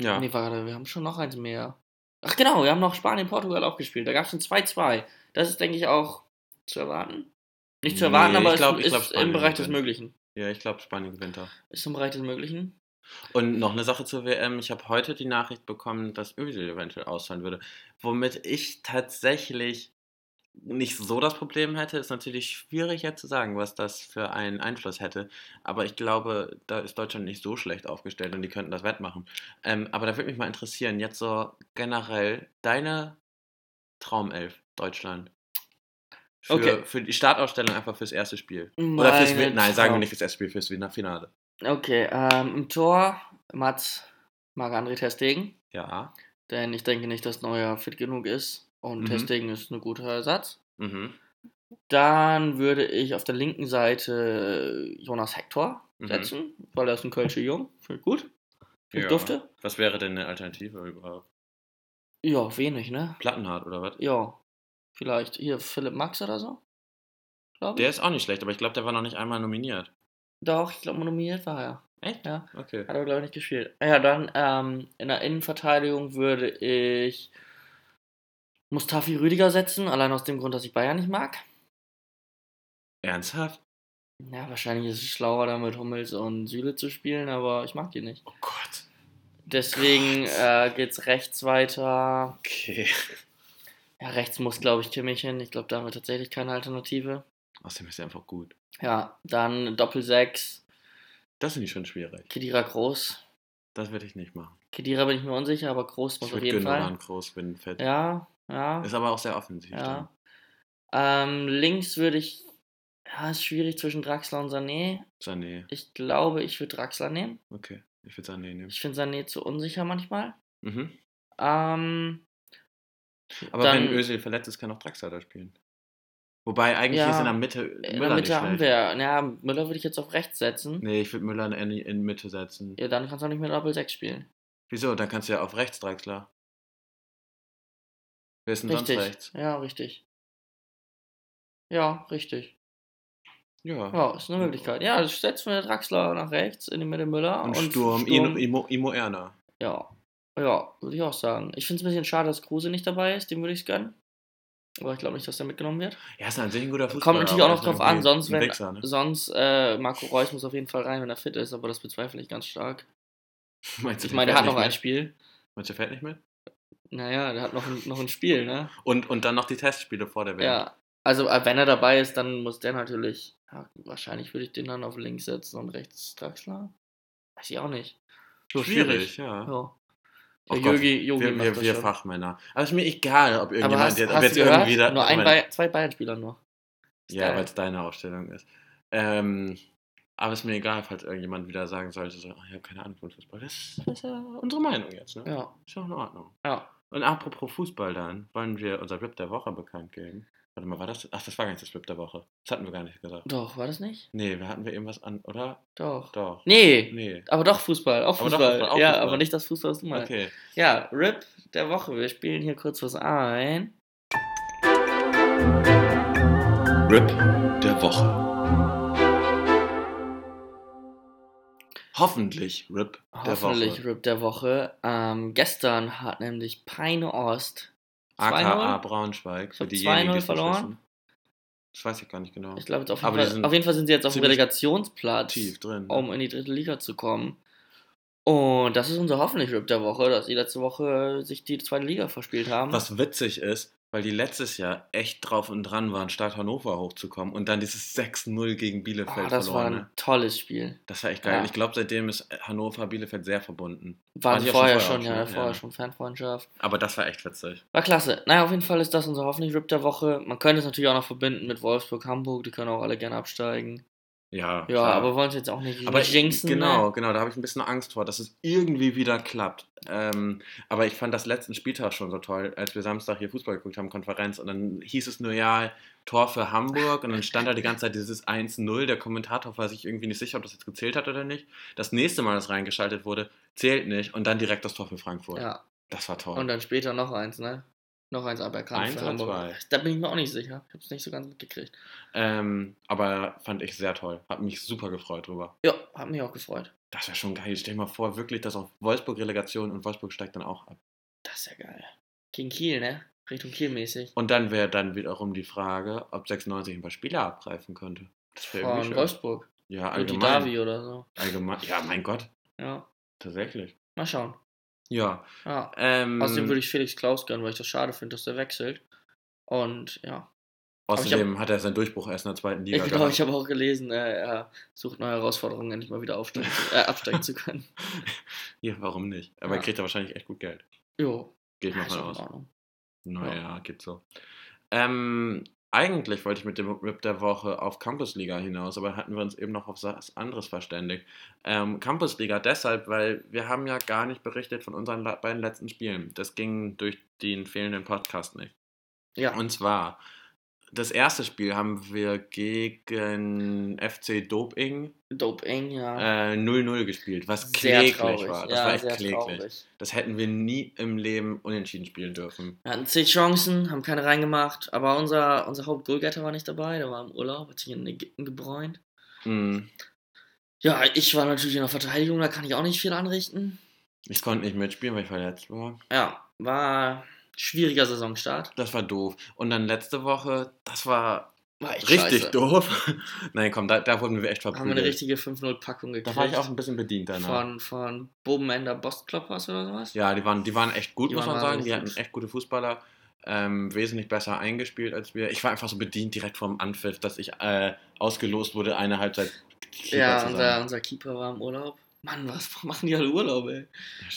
S1: Ja,
S2: äh, Nee, warte, wir haben schon noch eins mehr. Ach genau, wir haben noch Spanien, Portugal auch gespielt. Da gab es ein 2-2. Das ist, denke ich, auch zu erwarten. Nicht zu
S1: Nee,
S2: erwarten, aber
S1: ich
S2: es
S1: glaub- ich
S2: ist
S1: glaub, Spanien
S2: im Bereich des
S1: gewinnt.
S2: Möglichen.
S1: ja ich glaube, Spanien gewinnt da.
S2: Ist im Bereich des Möglichen.
S1: Und noch eine Sache zur WM. Ich habe heute die Nachricht bekommen, dass Özil eventuell ausfallen würde. Womit ich tatsächlich nicht so das Problem hätte, ist natürlich schwierig jetzt zu sagen, was das für einen Einfluss hätte. Aber ich glaube, da ist Deutschland nicht so schlecht aufgestellt und die könnten das wettmachen. Ähm, aber da würde mich mal interessieren, jetzt so generell deine Traumelf Deutschland. Für,
S2: Okay.
S1: für die Startausstellung einfach fürs erste Spiel. Oder fürs
S2: Meine
S1: Win- Nein, sagen wir
S2: Traum-
S1: nicht fürs erste Spiel, fürs Wiener Finale.
S2: Okay, ähm, im Tor Mats Marc-André Testegen.
S1: Ja.
S2: Denn ich denke nicht, dass Neuer fit genug ist. Und
S1: Mhm.
S2: Testegen ist ein guter Ersatz.
S1: Mhm.
S2: Dann würde ich auf der linken Seite äh, Jonas Hector
S1: Mhm.
S2: setzen, weil er ist ein Kölsche Jung. Finde ich gut. Finde ich dufte.
S1: Was wäre denn eine Alternative überhaupt?
S2: Ja, wenig, ne?
S1: Plattenhardt oder was?
S2: Ja. Vielleicht hier Philipp Max oder so. Glaube ich.
S1: Der ist auch nicht schlecht, aber ich glaube, der war noch nicht einmal nominiert.
S2: Doch, ich glaube, nominiert war er.
S1: Echt?
S2: Ja.
S1: Okay.
S2: Hat er, glaube ich, nicht gespielt. Ja, dann ähm, in der Innenverteidigung würde ich Mustafi Rüdiger setzen, allein aus dem Grund, dass ich Bayern nicht mag.
S1: Ernsthaft?
S2: Ja, wahrscheinlich ist es schlauer, da mit Hummels und Süle zu spielen, aber ich mag die nicht.
S1: Oh Gott.
S2: Deswegen äh, geht's rechts weiter.
S1: Okay.
S2: Ja, rechts muss, glaube ich, Kimmich hin. Ich glaube, da haben wir tatsächlich keine Alternative.
S1: Außerdem ist er einfach gut.
S2: Ja, dann Doppel-6,
S1: Das finde ich schon schwierig.
S2: Kedira Groß.
S1: Das würde ich nicht machen.
S2: Kedira bin ich mir unsicher, aber Groß
S1: Ich
S2: muss
S1: würde
S2: auf jeden
S1: Gündogan
S2: Fall.
S1: groß bin fett.
S2: Ja, ja,
S1: Ist aber auch sehr offensiv.
S2: ja. Ähm, links würde ich. Ja, ist schwierig zwischen Draxler und Sané.
S1: Dann. Sané.
S2: Ich glaube, ich würde Draxler nehmen.
S1: Okay. Ich würde Sané nehmen.
S2: Ich finde Sané zu unsicher manchmal.
S1: Mhm.
S2: Ähm,
S1: Aber
S2: Dann-
S1: wenn Özil verletzt ist, kann auch Draxler da spielen. Wobei eigentlich
S2: Ja,
S1: ist in der Mitte Müller
S2: in der
S1: nicht
S2: Mitte haben
S1: schlecht.
S2: wir. Ja, Müller würde ich jetzt auf rechts setzen.
S1: Nee, ich würde Müller in, in, in Mitte setzen.
S2: Ja, dann kannst du auch nicht mehr Doppel-6 spielen.
S1: Wieso? Dann kannst du ja auf rechts Draxler. Wer ist denn
S2: Richtig.
S1: sonst rechts?
S2: Ja, richtig. Ja, richtig.
S1: Ja.
S2: Ja, ist eine Möglichkeit. Ja, das setzen wir Draxler nach rechts, in die Mitte Müller.
S1: Und, Sturm, um Ino- Imo, Imo Erna.
S2: Ja. Ja, würde ich auch sagen. Ich finde es ein bisschen schade, dass Kruse nicht dabei ist, dem würde ich es gönnen. Aber ich glaube nicht, dass der mitgenommen wird.
S1: Ja, ist an sich ein guter Fußballer.
S2: Kommt natürlich auch
S1: aber
S2: noch
S1: ist halt
S2: drauf
S1: irgendwie
S2: an, sonst
S1: ein
S2: wenn-
S1: Wichser, ne?
S2: Sonst, äh, Marco Reus muss auf jeden Fall rein, wenn er fit ist, aber das bezweifle ich ganz stark.
S1: Meinst du,
S2: Ich
S1: fährt
S2: meine, der hat
S1: nicht
S2: noch ein
S1: mit?
S2: Spiel.
S1: Meinst du, der fährt nicht mit?
S2: Naja, der hat noch ein, noch ein Spiel, ne?
S1: Und, und dann noch die Testspiele vor der WM.
S2: Ja, also äh, wenn er dabei ist, dann muss der natürlich. Ja, wahrscheinlich würde ich den dann auf links setzen und rechts Draxler. Weiß ich auch nicht. So
S1: Schwierig, ja.
S2: Ja.
S1: Oh
S2: Der
S1: Gott,
S2: Jogi, Jogi
S1: wir
S2: macht
S1: wir,
S2: das
S1: wir
S2: schon.
S1: Fachmänner. Aber ist mir egal, ob
S2: Aber
S1: irgendjemand
S2: hast,
S1: jetzt, ob
S2: hast
S1: jetzt
S2: du gehört?
S1: irgendwie da,
S2: nur ein
S1: Moment.
S2: Bayer, zwei Bayern-Spieler nur.
S1: Ja,
S2: Style.
S1: weil es deine Aufstellung ist. Ähm, aber ist mir egal, falls irgendjemand wieder sagen sollte, so, "Ah, ich habe keine Ahnung von Fußball. Das ist, das ist ja unsere Meinung jetzt, ne?
S2: Ja,
S1: Ist auch in Ordnung.
S2: ja.
S1: Und apropos Fußball dann, wollen wir unser Rip der Woche bekannt geben. Warte mal, war das? Ach, das war gar nicht das Rip der Woche. Das hatten wir gar nicht gesagt.
S2: Doch, war das nicht?
S1: Nee, wir hatten wir irgendwas an, oder?
S2: Doch.
S1: Doch.
S2: Nee,
S1: Nee.
S2: aber doch Fußball. Auch
S1: Aber doch
S2: Fußball.
S1: Fußball, auch
S2: ja,
S1: Fußball.
S2: aber nicht das Fußball, was du meinst.
S1: Okay.
S2: Ja, Rip der Woche. Wir spielen hier kurz was ein.
S1: Rip der Woche. Hoffentlich Rip der
S2: Hoffentlich
S1: Woche.
S2: Rip der Woche. Ähm, gestern hat nämlich Peine Ost
S1: AKA
S2: 2-0.
S1: Braunschweig.
S2: Ich hab
S1: diejenigen, die es nicht
S2: 2-0 verloren.
S1: wissen. Das weiß ich gar nicht genau.
S2: Ich glaube, jetzt auf,
S1: Aber
S2: jeden
S1: die
S2: Fall,
S1: sind
S2: auf jeden Fall sind sie jetzt auf dem
S1: ziemlich
S2: Relegationsplatz,
S1: Tief drin.
S2: um in die dritte Liga zu kommen. Und das ist unser hoffentlich Rip der Woche, dass sie letzte Woche sich die zweite Liga verspielt haben.
S1: Was witzig ist, weil die letztes Jahr echt drauf und dran waren, Stadt Hannover hochzukommen und dann dieses 6-0 gegen
S2: Ah,
S1: Bielefeld
S2: das war
S1: verloren.
S2: ein
S1: ne?
S2: tolles Spiel.
S1: Das war echt geil.
S2: Ja.
S1: Ich glaube, seitdem ist Hannover Bielefeld sehr verbunden.
S2: Waren
S1: die auch
S2: vorher
S1: schon
S2: schon,
S1: vorher
S2: ja,
S1: auch schon,
S2: vorher
S1: ja.
S2: schon Fanfreundschaft.
S1: Aber das war echt witzig.
S2: War klasse. Naja, auf jeden Fall ist das unser hoffentlich Rip der Woche. Man könnte es natürlich auch noch verbinden mit Wolfsburg, Hamburg. Die können auch alle gerne absteigen.
S1: Ja,
S2: Ja,
S1: klar.
S2: aber wollen es jetzt auch nicht,
S1: Aber ich-
S2: nicht jinxen.
S1: Genau,
S2: Ne?
S1: genau, da habe ich ein bisschen Angst vor, dass es irgendwie wieder klappt. Ähm, aber ich fand das letzten Spieltag schon so toll, als wir Samstag hier Fußball geguckt haben, Konferenz, und dann hieß es nur, ja, Tor für Hamburg, und dann stand da die ganze Zeit dieses 1-0. Der Kommentator war sich irgendwie nicht sicher, ob das jetzt gezählt hat oder nicht. Das nächste Mal, das reingeschaltet wurde, zählt nicht, und dann direkt das Tor für Frankfurt.
S2: Ja.
S1: Das war toll.
S2: Und dann später noch eins, ne? Noch eins aberkannt
S1: Eins
S2: für
S1: oder
S2: Hamburg.
S1: zwei?
S2: Da bin ich mir auch nicht sicher. Ich hab's nicht so ganz mitgekriegt.
S1: ähm, aber fand ich sehr toll. Hat mich super gefreut drüber.
S2: Ja, hat mich auch gefreut.
S1: Das wäre schon geil. Stell dir mal vor, wirklich, dass auch Wolfsburg Relegation und Wolfsburg steigt dann auch ab.
S2: Das ist ja geil. Gegen Kiel, ne? Richtung Kiel mäßig.
S1: Und dann wäre dann wiederum die Frage, ob 96 ein paar Spieler abgreifen könnte. Das wäre
S2: Von
S1: irgendwie schön.
S2: Wolfsburg.
S1: Ja,
S2: Rudi
S1: allgemein.
S2: Davi oder so.
S1: allgemein. Ja, mein Gott,
S2: Ja.
S1: tatsächlich.
S2: Mal schauen.
S1: Ja.
S2: Ja.
S1: Ähm,
S2: Außerdem würde ich Felix Klaus gönnen, weil ich das schade finde, dass der wechselt. Und ja.
S1: außerdem hat er seinen Durchbruch erst in der zweiten Liga
S2: ich glaube,
S1: gehabt.
S2: ich habe auch gelesen, äh, er sucht neue Herausforderungen, endlich mal wieder aufsteigen zu, äh, absteigen zu können. <laughs>
S1: <laughs> ja, warum nicht? Aber
S2: Ja.
S1: er kriegt da wahrscheinlich echt gut Geld.
S2: Jo.
S1: Gehe ich mal
S2: ist
S1: von
S2: auch in
S1: aus.
S2: Ordnung.
S1: Naja, geht so. Ähm, eigentlich wollte ich mit dem Rip der Woche auf Campusliga hinaus, aber hatten wir uns eben noch auf was anderes verständigt. Ähm, Campusliga deshalb, weil wir haben ja gar nicht berichtet von unseren le- beiden letzten Spielen. Das ging durch den fehlenden Podcast nicht.
S2: Ja.
S1: Und zwar, das erste Spiel haben wir gegen FC Doping
S2: Dope Eng, ja.
S1: äh, 0-0 gespielt, was kläglich war. Das war echt kläglich. Das hätten wir nie im Leben unentschieden spielen dürfen.
S2: Wir hatten zig Chancen, haben keine reingemacht, aber unser, unser Hauptgoalgetter war nicht dabei, der war im Urlaub, hat sich in Ägypten gebräunt.
S1: Mhm.
S2: Ja, ich war natürlich in der Verteidigung, da kann ich auch nicht viel anrichten.
S1: Ich konnte nicht mitspielen, weil ich verletzt war.
S2: Ja, war schwieriger Saisonstart.
S1: Das war doof. Und dann letzte Woche, das war
S2: War echt
S1: richtig
S2: scheiße.
S1: doof. <laughs> Nein, komm, da, da wurden wir echt
S2: Haben wir eine
S1: verprügelt.
S2: richtige 5-0-Packung gekriegt.
S1: Da war ich auch ein bisschen bedient danach.
S2: von, von Bobenender Bostkloppers oder sowas.
S1: Ja, die waren, die waren echt gut,
S2: Die
S1: muss
S2: waren
S1: man sagen. Die hatten
S2: wahnsinnig
S1: echt gute Fußballer. Ähm, wesentlich besser eingespielt als wir. Ich war einfach so bedient direkt vorm Anpfiff, dass ich äh, ausgelost wurde, eine Halbzeit Keeper
S2: Ja, ähm,
S1: zu
S2: unser,
S1: sein.
S2: unser Keeper war im Urlaub. Mann, was machen die alle Urlaub, ey?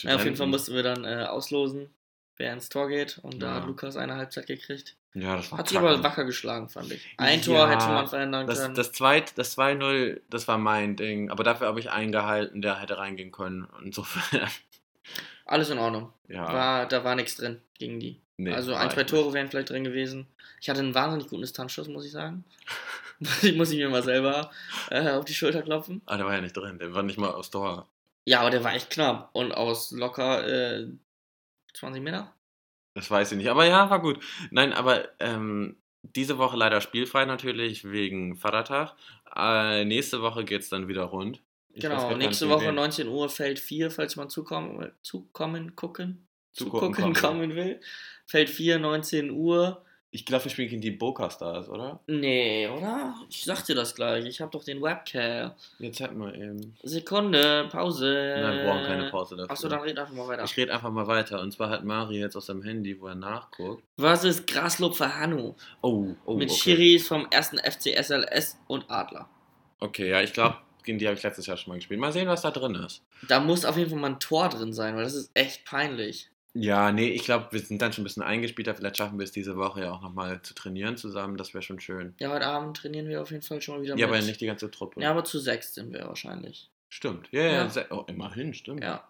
S2: Ja, auf jeden Fall mussten wir dann äh, auslosen, wer ins Tor geht. Und da
S1: Ja.
S2: hat Lukas eine Halbzeit gekriegt.
S1: Ja, das war
S2: Hat sich
S1: kacke.
S2: aber wacker geschlagen, fand ich. Ein Tor
S1: Ja,
S2: hätte man verändern
S1: Das,
S2: können.
S1: das, zweit, das 2-0, das war mein Ding. Aber dafür habe ich einen gehalten, der hätte reingehen können. Insofern, <laughs>
S2: Alles in Ordnung.
S1: ja.
S2: War, da war nichts drin gegen die.
S1: Ah. nee,
S2: also
S1: war
S2: ein,
S1: echt
S2: zwei
S1: nicht.
S2: Tore wären vielleicht drin gewesen. Ich hatte einen wahnsinnig guten Distanzschuss, muss
S1: <laughs>
S2: ich sagen. <laughs> ich muss ich mir mal selber äh, auf die Schulter klopfen.
S1: Ah, der war ja nicht drin. Der war nicht mal aus Tor.
S2: Ja, aber der war echt knapp. Und aus locker äh, 20 Meter?
S1: Das weiß ich nicht. Aber ja, war gut. Nein, aber ähm, diese Woche leider spielfrei natürlich wegen Vatertag. Äh, nächste Woche geht es dann wieder rund. Ich weiß gar
S2: Genau.
S1: nicht,
S2: Nächste
S1: gegen
S2: Woche
S1: wen.
S2: 19 Uhr Feld 4, falls man zukommen, zukommen gucken.
S1: Zugucken
S2: Zugucken
S1: kommen.
S2: kommen will. Feld 4, 19 Uhr.
S1: Ich glaube, wir spielen gegen die Boca Stars, oder?
S2: Nee, oder? Ich sag dir das gleich. Ich hab doch den Webcam.
S1: Jetzt hätten wir eben.
S2: Sekunde, Pause.
S1: Nein, wir brauchen keine Pause dafür.
S2: Achso, Äh, dann red einfach mal weiter.
S1: Ich rede einfach mal weiter. Und zwar hat Mari jetzt aus seinem Handy, wo er nachguckt.
S2: Was ist Graslob für Hanno?
S1: Oh, oh,
S2: Mit
S1: okay.
S2: Schiris vom ersten FC SLS und Adler.
S1: Okay, ja, ich glaube, gegen die habe ich letztes Jahr schon mal gespielt. Mal sehen, was da drin ist.
S2: Da muss auf jeden Fall mal ein Tor drin sein, weil das ist echt peinlich.
S1: Ja, nee, ich glaube, wir sind dann schon ein bisschen eingespielter. Vielleicht schaffen wir es diese Woche ja auch nochmal zu trainieren zusammen. Das wäre schon schön.
S2: Ja, heute Abend trainieren wir auf jeden Fall schon mal wieder
S1: Ja,
S2: mit.
S1: aber nicht die ganze Truppe.
S2: ja, aber zu sechs sind wir wahrscheinlich.
S1: Stimmt. Ja, ja.
S2: Ja.
S1: sehr- Oh, immerhin, stimmt.
S2: Ja.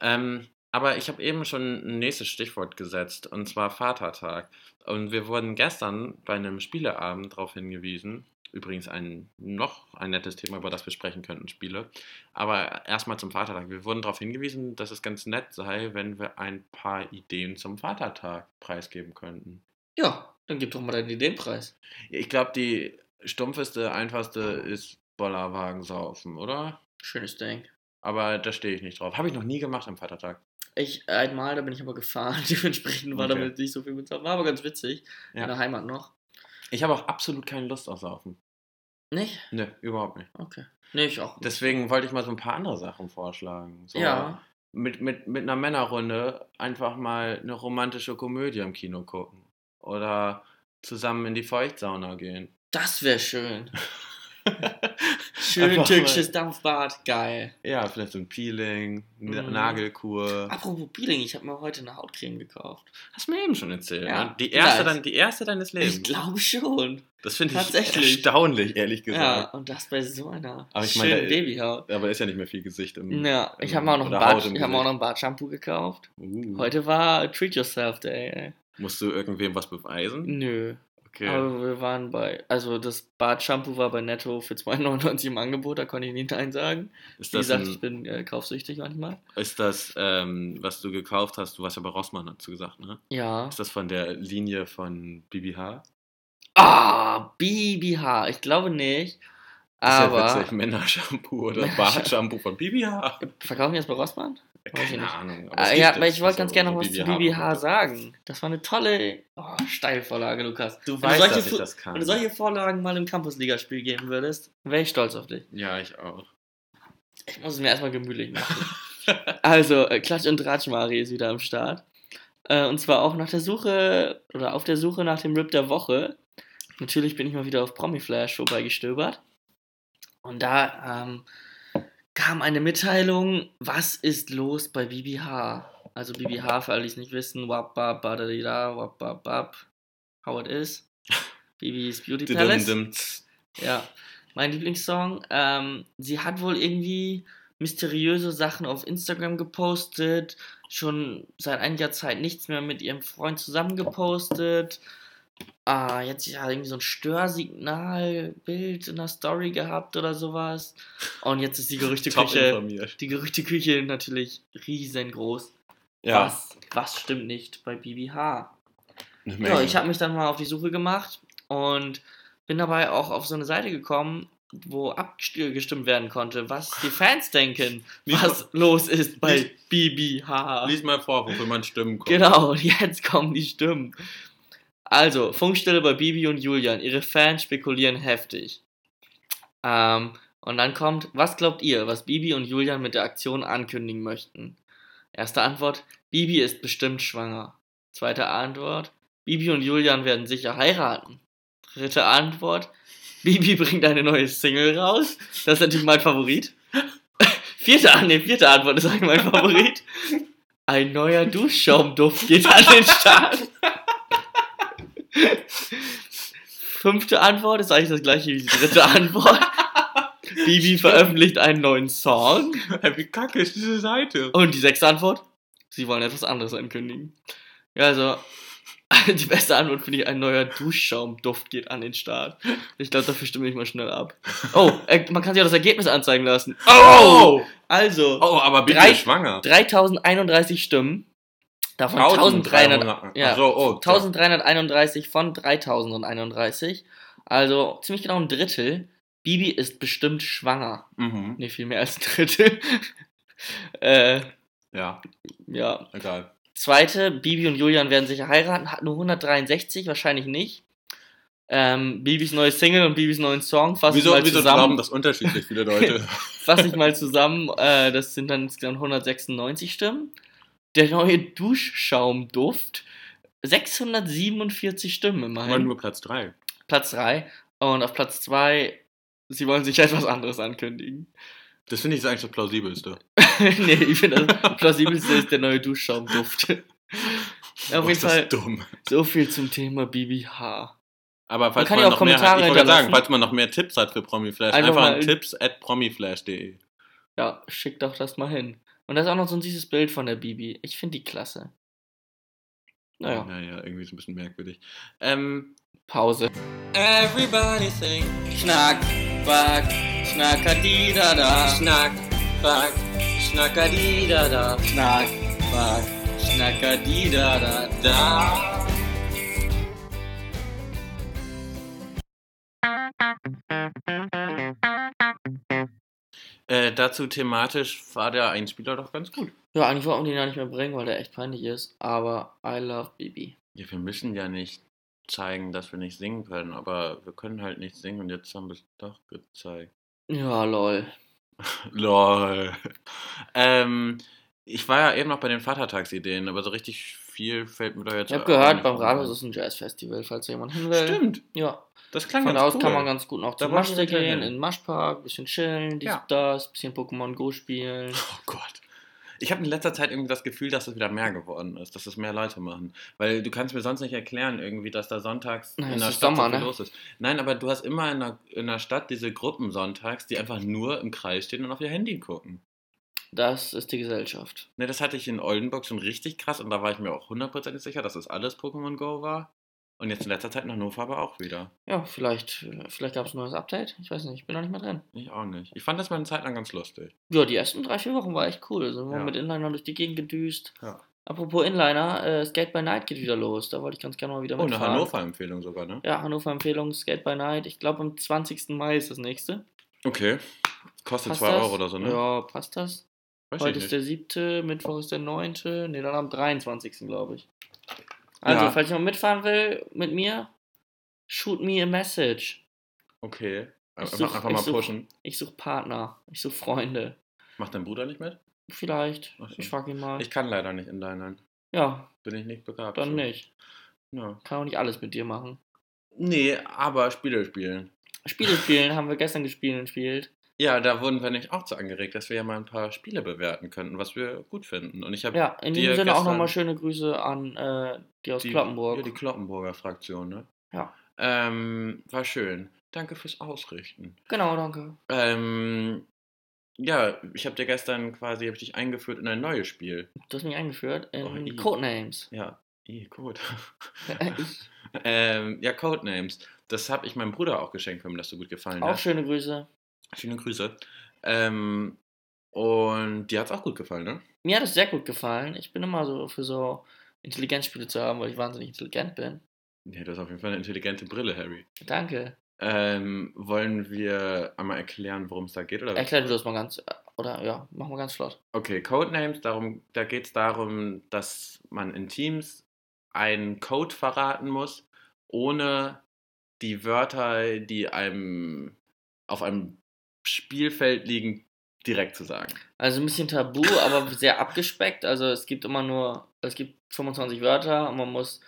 S1: Ähm, aber ich habe eben schon ein nächstes Stichwort gesetzt, und zwar Vatertag. Und wir wurden gestern bei einem Spieleabend darauf hingewiesen. Übrigens ein noch ein nettes Thema, über das wir sprechen könnten, Spiele. Aber erstmal zum Vatertag. Wir wurden darauf hingewiesen, dass es ganz nett sei, wenn wir ein paar Ideen zum Vatertag preisgeben könnten.
S2: Ja, dann gib doch mal deinen Ideenpreis.
S1: Ich glaube, die stumpfeste, einfachste ist Bollerwagen saufen, oder?
S2: Schönes Ding.
S1: Aber da stehe ich nicht drauf. Habe ich noch nie gemacht am Vatertag.
S2: Ich einmal, da bin ich aber gefahren. <laughs> Dementsprechend war
S1: Okay.
S2: damit nicht so viel mit. War aber ganz witzig.
S1: Ja.
S2: In der Heimat noch.
S1: Ich habe auch absolut keine Lust auf Saufen.
S2: Nicht?
S1: Ne, überhaupt nicht.
S2: Okay. Nee, ich auch.
S1: Deswegen wollte ich mal so ein paar andere Sachen vorschlagen. So
S2: ja.
S1: Mit, mit, mit einer Männerrunde einfach mal eine romantische Komödie im Kino gucken. <laughs> Oder zusammen in die Feuchtsauna gehen.
S2: Das wäre schön. Schön
S1: Einfach
S2: türkisches Dampfbad, geil.
S1: Ja, vielleicht so ein Peeling, eine
S2: Mhm.
S1: Nagelkur.
S2: Apropos Peeling, ich habe mir heute eine Hautcreme gekauft.
S1: Hast du mir eben schon erzählt.
S2: Ja,
S1: ne? die, erste
S2: vielleicht.
S1: dann, die erste deines Lebens.
S2: Ich glaube schon.
S1: das finde ich
S2: tatsächlich.
S1: erstaunlich, ehrlich
S2: Ja,
S1: gesagt.
S2: und das bei so
S1: Genau.
S2: einer
S1: Aber ich
S2: schönen
S1: meine, da-
S2: Babyhaut.
S1: Aber ist ja nicht mehr viel Gesicht im.
S2: Ja, ich
S1: ähm,
S2: habe mir auch noch ein
S1: oder Haut
S2: Bad,
S1: im
S2: ich hab mir auch
S1: Gesicht.
S2: noch ein Badshampoo gekauft.
S1: Uh,
S2: Heute war Treat Yourself Day, ey.
S1: Musst du irgendwem was beweisen?
S2: Nö.
S1: Okay.
S2: Aber wir waren bei, also das Bad-Shampoo war bei Netto für <laughs> 2,99 im Angebot, da konnte ich nicht Nein sagen.
S1: ist
S2: Wie
S1: das,
S2: gesagt, ich
S1: ein,
S2: bin äh, kaufsüchtig manchmal.
S1: ist das ähm, was du gekauft hast? Du warst ja bei Rossmann, hast du gesagt, ne?
S2: Ja.
S1: Ist das von der Linie von BBH?
S2: Ah, BBH. Ich glaube nicht.
S1: ist ja
S2: Aber
S1: witzig, Männershampoo oder Bartshampoo von BBH.
S2: verkaufen die das bei Rossmann? Weiß ich
S1: Keine
S2: nicht.
S1: Ahnung. aber es
S2: Ah,
S1: gibt
S2: ja,
S1: es.
S2: aber ich wollte
S1: So-
S2: ganz gerne noch
S1: so
S2: was zu BBH
S1: Produkte.
S2: sagen. Das war eine tolle oh, Steilvorlage, Lukas.
S1: Du
S2: wenn, du
S1: weißt,
S2: solche,
S1: dass ich
S2: Fu-
S1: das kann.
S2: wenn du solche Vorlagen mal im Campusligaspiel geben würdest, wäre ich stolz auf dich.
S1: Ja, ich auch.
S2: Ich muss es mir erstmal gemütlich machen. also, äh, Klatsch und Tratsch Mari ist wieder am Start. Äh, und zwar auch nach der Suche oder auf der Suche nach dem Rip der Woche. Natürlich bin ich mal wieder auf Promiflash vorbeigestöbert. Und da ähm, kam eine Mitteilung, was ist los bei BBH? Also BBH, für alle, die es nicht wissen, wap, wap, badadida, wap, wap, wap, how it is. BB's Beauty Palace.
S1: Dim-dim-dim. Tss.
S2: Ja, mein Lieblingssong. Ähm, sie hat wohl irgendwie mysteriöse Sachen auf Instagram gepostet, schon seit einiger Zeit nichts mehr mit ihrem Freund zusammen gepostet. Ah, jetzt ja irgendwie so ein Störsignalbild in der Story gehabt oder sowas. Und jetzt ist die
S1: Top
S2: Gerüchteküche,
S1: informiert.
S2: die Gerüchteküche natürlich riesengroß.
S1: Ja,
S2: Was, was stimmt nicht bei BBH?
S1: eine
S2: Ja,
S1: Menge.
S2: ich habe mich dann mal auf die Suche gemacht und bin dabei auch auf so eine Seite gekommen, wo abgestimmt werden konnte, was die Fans denken,
S1: Lies
S2: was los ist bei
S1: lies-
S2: BBH.
S1: Lies mal vor, wofür man stimmen konnte.
S2: Genau, <laughs> jetzt kommen die Stimmen. Also, Funkstille bei Bibi und Julian. Ihre Fans spekulieren heftig. Ähm, und dann kommt, was glaubt ihr, was Bibi und Julian mit der Aktion ankündigen möchten? Erste Antwort, Bibi ist bestimmt schwanger. Zweite Antwort, Bibi und Julian werden sicher heiraten. Dritte Antwort, Bibi <laughs> bringt eine neue Single raus. Das ist natürlich mein Favorit. <laughs> Vierte, nee, vierte Antwort ist eigentlich mein Favorit. Ein neuer Duschschaumduft geht an den Start. Fünfte Antwort ist eigentlich das gleiche wie die dritte Antwort. Bibi veröffentlicht einen neuen Song.
S1: Hey, wie kacke ist diese Seite?
S2: Und die sechste Antwort? Sie wollen etwas anderes ankündigen. Ja, also, <laughs> die beste Antwort finde ich, ein neuer Duschschaumduft geht an den Start. Ich glaube, dafür stimme ich mal schnell ab. Oh, äh, man kann sich auch das Ergebnis anzeigen lassen. Oh!
S1: Oh,
S2: Also,
S1: oh aber Bibi
S2: Drei-
S1: ist schwanger.
S2: 3031 Stimmen. Davon 1300,
S1: 1300.
S2: ja.
S1: Ach so, oh,
S2: 1331 von 3031. Also ziemlich genau ein Drittel. Bibi ist bestimmt schwanger.
S1: Mhm.
S2: Nee, viel mehr als ein Drittel. <laughs> äh,
S1: Ja,
S2: ja.
S1: egal.
S2: Zweite, Bibi und Julian werden sicher heiraten. Hat nur 163, wahrscheinlich nicht. Ähm, Bibis neue Single und Bibis neuen Song fassen
S1: Wieso,
S2: mal
S1: wieso
S2: zusammen.
S1: glauben das unterschiedlich viele
S2: <laughs>
S1: Leute?
S2: fasse ich mal zusammen, <laughs> äh, das sind dann insgesamt 196 Stimmen. Der neue Duschschaumduft, 647 Stimmen
S1: Aber
S2: immerhin.
S1: nur Platz 3.
S2: Platz 3. Und auf Platz 2, sie wollen sich <laughs> etwas anderes ankündigen. <laughs>
S1: Das finde ich ist eigentlich das plausibelste.
S2: nee, ich
S1: <laughs>
S2: finde das plausibelste ist der neue Duschschaumduft. auf
S1: Oh,
S2: jeden
S1: ist das
S2: Fall
S1: dumm.
S2: so viel zum Thema BBH.
S1: Aber falls
S2: kann
S1: man,
S2: ja auch
S1: noch mehr
S2: Kommentare
S1: hat, ich wollte gerade sagen,
S2: hinterlassen.
S1: falls man noch mehr Tipps hat für Promiflash,
S2: Einfach
S1: einfach,
S2: mal
S1: an
S2: in-
S1: tipps at promiflash.de.
S2: Ja, schick doch das mal hin. Und da ist auch noch so ein süßes Bild von der Bibi. Ich finde die klasse. Naja,
S1: Naja, irgendwie ist ein bisschen merkwürdig. Ähm,
S2: Pause. Everybody sing. Schnack, back, schnackadidada. Schnack, back, schnackadidada. Schnack, back, schnackadidada. Da.
S1: äh, dazu thematisch war der Einspieler doch ganz gut.
S2: Ja, eigentlich wollten wir den ja nicht mehr bringen, weil der echt peinlich ist. Aber I love Bibi.
S1: Ja, wir müssen ja nicht zeigen, dass wir nicht singen können, aber wir können halt nicht singen und jetzt haben wir es doch gezeigt. <laughs>
S2: Ja, lol.
S1: Lol. Ähm, ich war ja eben noch bei den Vatertagsideen, aber so richtig viel fällt mir da jetzt
S2: Ich habe
S1: äh,
S2: gehört,
S1: nicht
S2: beim
S1: ein.
S2: Rathaus ist ein Jazzfestival, falls da jemand hin will.
S1: Stimmt,
S2: Ja.
S1: das klang
S2: Von
S1: ganz
S2: da aus
S1: cool.
S2: kann man ganz gut noch
S1: Da
S2: zum
S1: wollte ich
S2: Maschsee
S1: hinterher
S2: gehen,
S1: hin.
S2: in den Maschpark, bisschen chillen, dies,
S1: Ja.
S2: das, bisschen Pokémon
S1: <laughs>
S2: Go spielen.
S1: Oh Gott. Ich habe in letzter Zeit irgendwie das Gefühl, dass es wieder mehr geworden ist, dass es mehr Leute machen. Weil du kannst mir sonst nicht erklären, irgendwie, dass da sonntags
S2: Na,
S1: in
S2: es
S1: der
S2: ist
S1: Stadt
S2: Sommer,
S1: so viel
S2: ne?
S1: los ist. Nein, aber du hast immer in der, in der Stadt diese Gruppen sonntags, die einfach nur im Kreis stehen und auf ihr Handy gucken.
S2: Das ist die Gesellschaft.
S1: Ne, das hatte ich in Oldenburg schon richtig krass und da war ich mir auch hundertprozentig sicher, dass das alles Pokémon Go war. Und jetzt in letzter Zeit in Hannover aber auch wieder.
S2: Ja, vielleicht, äh, vielleicht gab es ein neues Update. Ich weiß nicht, ich bin noch nicht mehr drin.
S1: Ich auch nicht. Ich fand das mal eine Zeit lang ganz lustig.
S2: Ja, die ersten drei, vier Wochen war echt cool. Sind wir
S1: Ja.
S2: mit Inliner durch die Gegend gedüst.
S1: Ja.
S2: Apropos Inliner, äh, Skate by Night geht wieder los. Da wollte ich ganz gerne mal wieder
S1: Oh, eine
S2: mitfahren.
S1: Hannover-Empfehlung sogar, ne?
S2: Ja, Hannover Empfehlung, Skate by Night. Ich glaube, am 20. Mai ist das nächste.
S1: Okay. Kostet
S2: Passt
S1: 2
S2: das?
S1: Euro oder so, ne?
S2: Ja, passt das?
S1: Weiß
S2: Heute
S1: ich
S2: ist
S1: nicht.
S2: der 7., Mittwoch ist der 9., ne, dann am 23., glaube ich. Also,
S1: Ja.
S2: falls jemand mitfahren will mit mir, shoot me a message.
S1: Okay.
S2: Ich
S1: Einfach-
S2: such-
S1: einfach
S2: ich
S1: mal
S2: such-
S1: pushen.
S2: Ich suche Partner, ich suche Freunde.
S1: Macht dein Bruder nicht mit?
S2: Vielleicht,
S1: Ach so.
S2: ich frage ihn mal.
S1: Ich kann leider nicht in deinen.
S2: ja,
S1: Bin ich nicht begabt.
S2: dann
S1: für.
S2: nicht.
S1: Ja.
S2: Kann auch nicht alles mit dir machen.
S1: Nee, aber Spiele spielen.
S2: Spiele spielen haben wir gestern gespielt und spielt.
S1: Ja, da wurden wir nicht auch zu angeregt, dass wir ja mal ein paar Spiele bewerten könnten, was wir gut finden. Und ich habe
S2: Ja, in diesem
S1: Dir
S2: Sinne auch
S1: gestern-
S2: nochmal schöne Grüße an äh, die aus
S1: die,
S2: Kloppenburg.
S1: Ja, die Kloppenburger Fraktion, ne?
S2: Ja.
S1: Ähm, war schön. Danke fürs Ausrichten.
S2: Genau, danke.
S1: Ähm, ja, ich habe dir gestern quasi hab ich dich eingeführt in ein neues Spiel.
S2: Du hast mich eingeführt in
S1: Oh, i. <laughs>
S2: Codenames. <laughs>
S1: Ja, eh, gut. <laughs>
S2: ich,
S1: ähm, ja, Codenames. Das habe ich meinem Bruder auch geschenkt, wenn mir das so gut gefallen
S2: auch
S1: hat.
S2: schöne Grüße.
S1: Schöne Grüße. Ähm, und dir hat es auch gut gefallen, ne?
S2: Mir hat es sehr gut gefallen. Ich bin immer so für so Intelligenzspiele zu haben, weil ich wahnsinnig intelligent bin.
S1: Ja, du hast auf jeden Fall eine intelligente Brille, Harry.
S2: Danke.
S1: Ähm, wollen wir einmal erklären, worum es da geht? Oder?
S2: Erklär du das mal ganz, äh, oder ja, mach mal ganz flott.
S1: Okay, Codenames, darum, da geht es darum, dass man in Teams einen Code verraten muss, ohne die Wörter, die einem auf einem Spielfeld liegen, direkt zu sagen.
S2: Also ein bisschen tabu, aber sehr abgespeckt. Also es gibt immer nur, es gibt 25 Wörter und man muss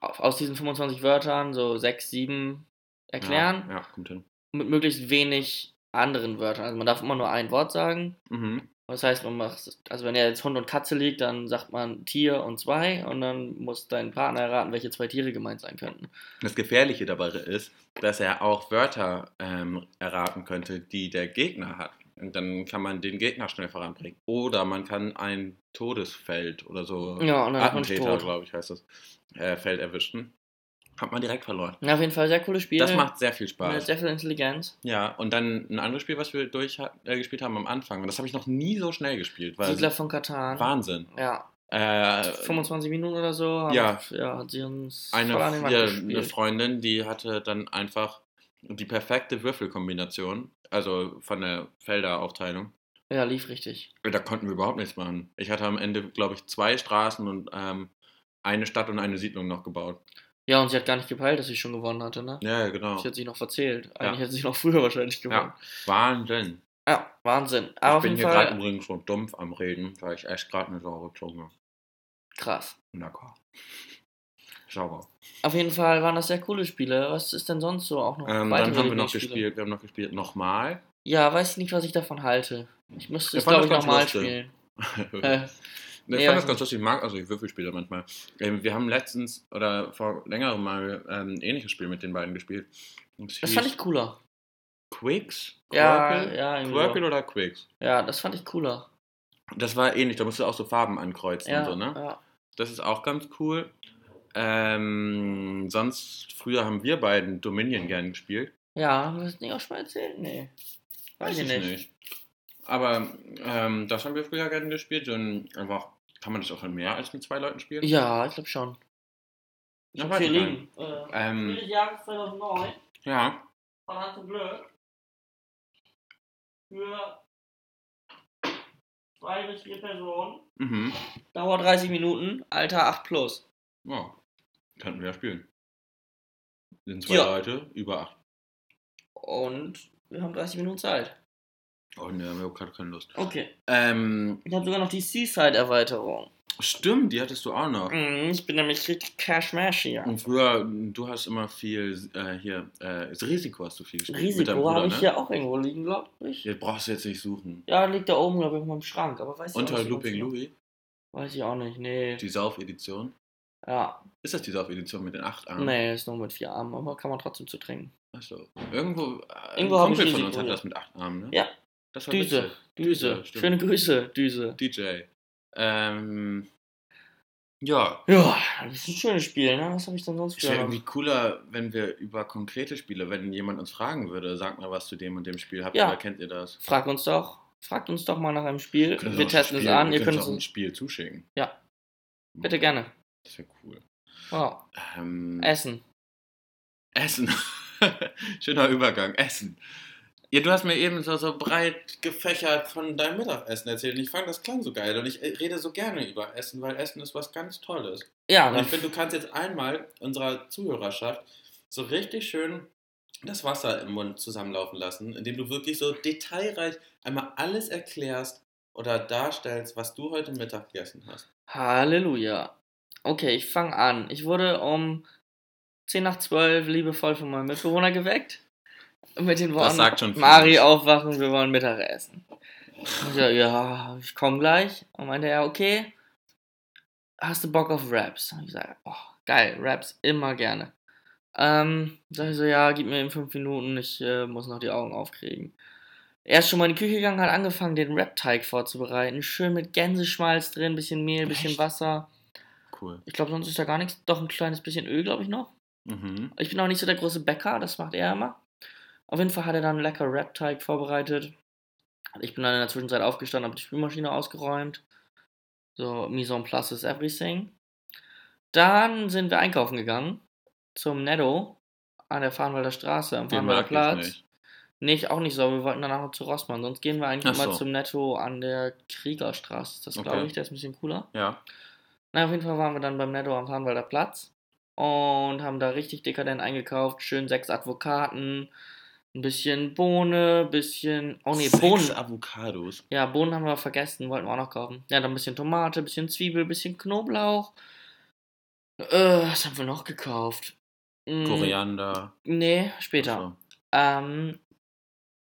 S2: auf, aus diesen 25 Wörtern so 6, 7 erklären.
S1: Ja, ja kommt hin.
S2: Mit möglichst wenig anderen Wörtern. Also man darf immer nur ein Wort sagen.
S1: Mhm.
S2: Das heißt, man macht, also wenn ja jetzt Hund und Katze liegt, dann sagt man Tier und zwei und dann muss dein Partner erraten, welche zwei Tiere gemeint sein könnten.
S1: Das Gefährliche dabei ist, dass er auch Wörter ähm, erraten könnte, die der Gegner hat. Und dann kann man den Gegner schnell voranbringen. Oder man kann ein Todesfeld oder so.
S2: Ja, und dann ist man
S1: Attentäter,
S2: tot.
S1: glaube ich, heißt das. Äh, Feld erwischen. Hat man direkt verloren.
S2: Na, auf jeden Fall sehr cooles Spiel.
S1: Das macht sehr viel
S2: Mit
S1: Spaß.
S2: sehr viel Intelligenz.
S1: Ja, und dann ein anderes Spiel, was wir durch hat- äh, gespielt haben am Anfang. Und das habe ich noch nie so schnell gespielt. Weil
S2: Siedler von Katan.
S1: Wahnsinn.
S2: Ja,
S1: Äh,
S2: 25 Minuten oder so. haben-
S1: Ja.
S2: ja hat sie uns
S1: eine,
S2: voll an den Wand
S1: ja, eine
S2: gespielt.
S1: Freundin, die hatte dann einfach die perfekte Würfelkombination, also von der Felderaufteilung.
S2: Ja, lief richtig.
S1: Da konnten wir überhaupt nichts machen. Ich hatte am Ende, glaube ich, zwei Straßen und ähm, eine Stadt und eine Siedlung noch gebaut.
S2: Ja, und sie hat gar nicht gepeilt, dass sie schon gewonnen hatte, ne?
S1: Ja, ja, genau.
S2: Sie hat sich noch verzählt. Eigentlich hätte sie noch <laughs> früher wahrscheinlich gewonnen.
S1: Ja, Wahnsinn.
S2: Ja, Wahnsinn. Aber
S1: ich
S2: auf
S1: bin
S2: jeden
S1: hier gerade
S2: Fall
S1: übrigens so dumpf am Reden, weil ich echt gerade eine saure Zunge.
S2: krass.
S1: Lecker. Sauber.
S2: Auf jeden Fall waren das sehr coole Spiele. Was ist denn sonst so auch noch?
S1: Ähm,
S2: weitere
S1: dann haben wir noch
S2: Lieblingsspiele?
S1: gespielt, wir haben noch gespielt,
S2: <laughs>
S1: nochmal.
S2: Ja, weiß ich nicht, was ich davon halte. Ich müsste
S1: Ich
S2: es,
S1: fand
S2: glaube ich,
S1: das ganz
S2: nochmal
S1: lustig.
S2: spielen.
S1: ich
S2: Äh,
S1: fand
S2: ja.
S1: das ganz lustig, ich mag also ich Würfelspiele manchmal. Ähm, wir haben letztens oder vor längerem mal ähm, ein ähnliches Spiel mit den beiden gespielt. Das,
S2: das fand ich cooler.
S1: Quicks?
S2: Ja, genau.
S1: Quirkel?
S2: ja, irgendwie
S1: Quirkel oder Quicks?
S2: so. ja, das fand ich cooler.
S1: Das war ähnlich, da musst du auch so Farben ankreuzen
S2: Ja,
S1: und so, ne?
S2: ja.
S1: Das ist auch ganz cool. Ähm, sonst, früher haben wir beiden Dominion gern gespielt.
S2: ja, haben wir das nicht auch schon mal erzählt? Nee. Weiß, ich nicht.
S1: Aber ähm, das haben wir früher gerne gespielt. Und einfach, kann man das auch in mehr als mit zwei Leuten spielen?
S2: Ja, ich glaube schon. Ich
S1: Ja,
S2: hab
S1: weiß
S2: hier
S1: ich gar
S2: liegen. Äh,
S1: Ähm,
S2: Spiel des Jahres 2009
S1: ja.
S2: von Hans und Blöd für zwei bis vier Personen.
S1: Mhm.
S2: Dauer 30 Minuten, Alter 8 plus.
S1: Ja. Könnten wir ja spielen. Sind zwei
S2: Ja.
S1: Leute, über acht.
S2: Und wir haben 30 Minuten Zeit.
S1: Oh ne, wir haben gerade keine Lust.
S2: Okay.
S1: Ähm,
S2: Ich habe sogar noch die Seaside-Erweiterung.
S1: Stimmt, die hattest du auch noch.
S2: Mm, Ich bin nämlich richtig Cashmash hier.
S1: Und früher, du hast immer viel, äh, hier, äh, das Risiko hast du viel gespielt. mit deinem
S2: Risiko
S1: Bruder,
S2: habe ich
S1: ne?
S2: hier auch irgendwo liegen, glaube ich.
S1: Ja, brauchst du jetzt nicht suchen.
S2: Ja, liegt da oben, glaube ich, in meinem Schrank. Aber weiß ich auch
S1: Unter
S2: nicht,
S1: Looping
S2: ganz
S1: Louie,
S2: genau. Weiß ich auch nicht, nee.
S1: die Sauf-Edition.
S2: Ja,
S1: Ist das die Sauf-Edition mit den acht Armen?
S2: nee, ist nur mit vier Armen, aber kann man trotzdem zu trinken.
S1: Achso. Irgendwo, äh,
S2: Irgendwo
S1: ein
S2: hab ich
S1: Kumpel von
S2: Risiko,
S1: uns hat
S2: ja.
S1: das mit acht Armen, ne?
S2: Ja.
S1: Das war
S2: Düse,
S1: witzig.
S2: Düse.
S1: stimmt.
S2: Schöne Grüße, Düse.
S1: DJ. Ähm, ja,
S2: Ja, das ist ein schönes Spiel, ne? Was habe ich denn sonst
S1: Es wäre
S2: für
S1: irgendwie cooler, wenn wir über konkrete Spiele, wenn jemand uns fragen würde, sag mal was zu dem und dem Spiel habt
S2: Ja.
S1: ihr, oder kennt ihr das?
S2: Frag uns doch. Fragt uns doch mal nach einem Spiel.
S1: Könnt ihr
S2: Wir
S1: uns ein
S2: testen es
S1: Spiel-
S2: an. Ihr
S1: könnt
S2: könnt
S1: uns ein
S2: uns.
S1: Spiel zuschicken. Hm.
S2: Ja. Bitte gerne.
S1: Das wäre cool.
S2: Wow.
S1: Ähm,
S2: Essen.
S1: Essen. <laughs> Schöner Übergang. Essen. Ja, du hast mir eben so, so breit gefächert von deinem Mittagessen erzählt und ich fand, das klang so geil und ich äh, rede so gerne über Essen, weil Essen ist was ganz Tolles.
S2: Ja,
S1: Und ich
S2: dann
S1: finde, du kannst jetzt einmal unserer Zuhörerschaft so richtig schön das Wasser im Mund zusammenlaufen lassen, indem du wirklich so detailreich einmal alles erklärst oder darstellst, was du heute Mittag gegessen hast.
S2: Halleluja. Okay, ich fange an. Ich wurde um 10 nach 12 liebevoll von meinem Mitbewohner geweckt. Mit den Worten,
S1: sagt schon viel.
S2: Mari, aufwachen, wir wollen Mittag essen. Ich so, ja, ich komme gleich. Und meinte er, okay, hast du Bock auf Raps? Und ich sage, oh, geil, Raps immer gerne. Ähm, sag ich so, ja, gib mir in 5 Minuten, ich äh, muss noch die Augen aufkriegen. Er ist schon mal in die Küche gegangen, hat angefangen, den Wrap-Teig vorzubereiten. Schön mit Gänseschmalz drin, bisschen Mehl, bisschen
S1: Echt?
S2: Wasser.
S1: Cool.
S2: Ich glaube, sonst ist da gar nichts. Doch ein kleines bisschen Öl, glaube ich, noch.
S1: Mhm.
S2: Ich bin auch nicht so der große Bäcker, das macht er immer. Auf jeden Fall hat er dann lecker Wrap-Teig vorbereitet. Ich bin dann in der Zwischenzeit aufgestanden, habe die Spülmaschine ausgeräumt. So, mise en place is everything. Dann sind wir einkaufen gegangen zum Netto an der Farnwalder Straße am Farnwalder Platz. Nicht. auch nicht so, aber wir wollten danach noch zu Rossmann. Sonst gehen wir eigentlich
S1: Ach
S2: immer
S1: so.
S2: zum Netto an der Kriegerstraße. ist Das
S1: Okay.
S2: glaube ich, der ist ein bisschen cooler.
S1: Ja.
S2: Na, auf jeden Fall waren wir dann beim Netto am Farnwalder Platz und haben da richtig dekadent eingekauft. Schön sechs Advokaten, ein bisschen Bohne, bisschen. Oh nee, Bohnen.
S1: Avocados.
S2: Ja, Bohnen haben wir vergessen, wollten wir auch noch kaufen. Ja, dann ein bisschen Tomate, bisschen Zwiebel, bisschen Knoblauch. Äh, was haben wir noch gekauft? Mm,
S1: Koriander.
S2: Nee, später.
S1: Ach
S2: Ähm,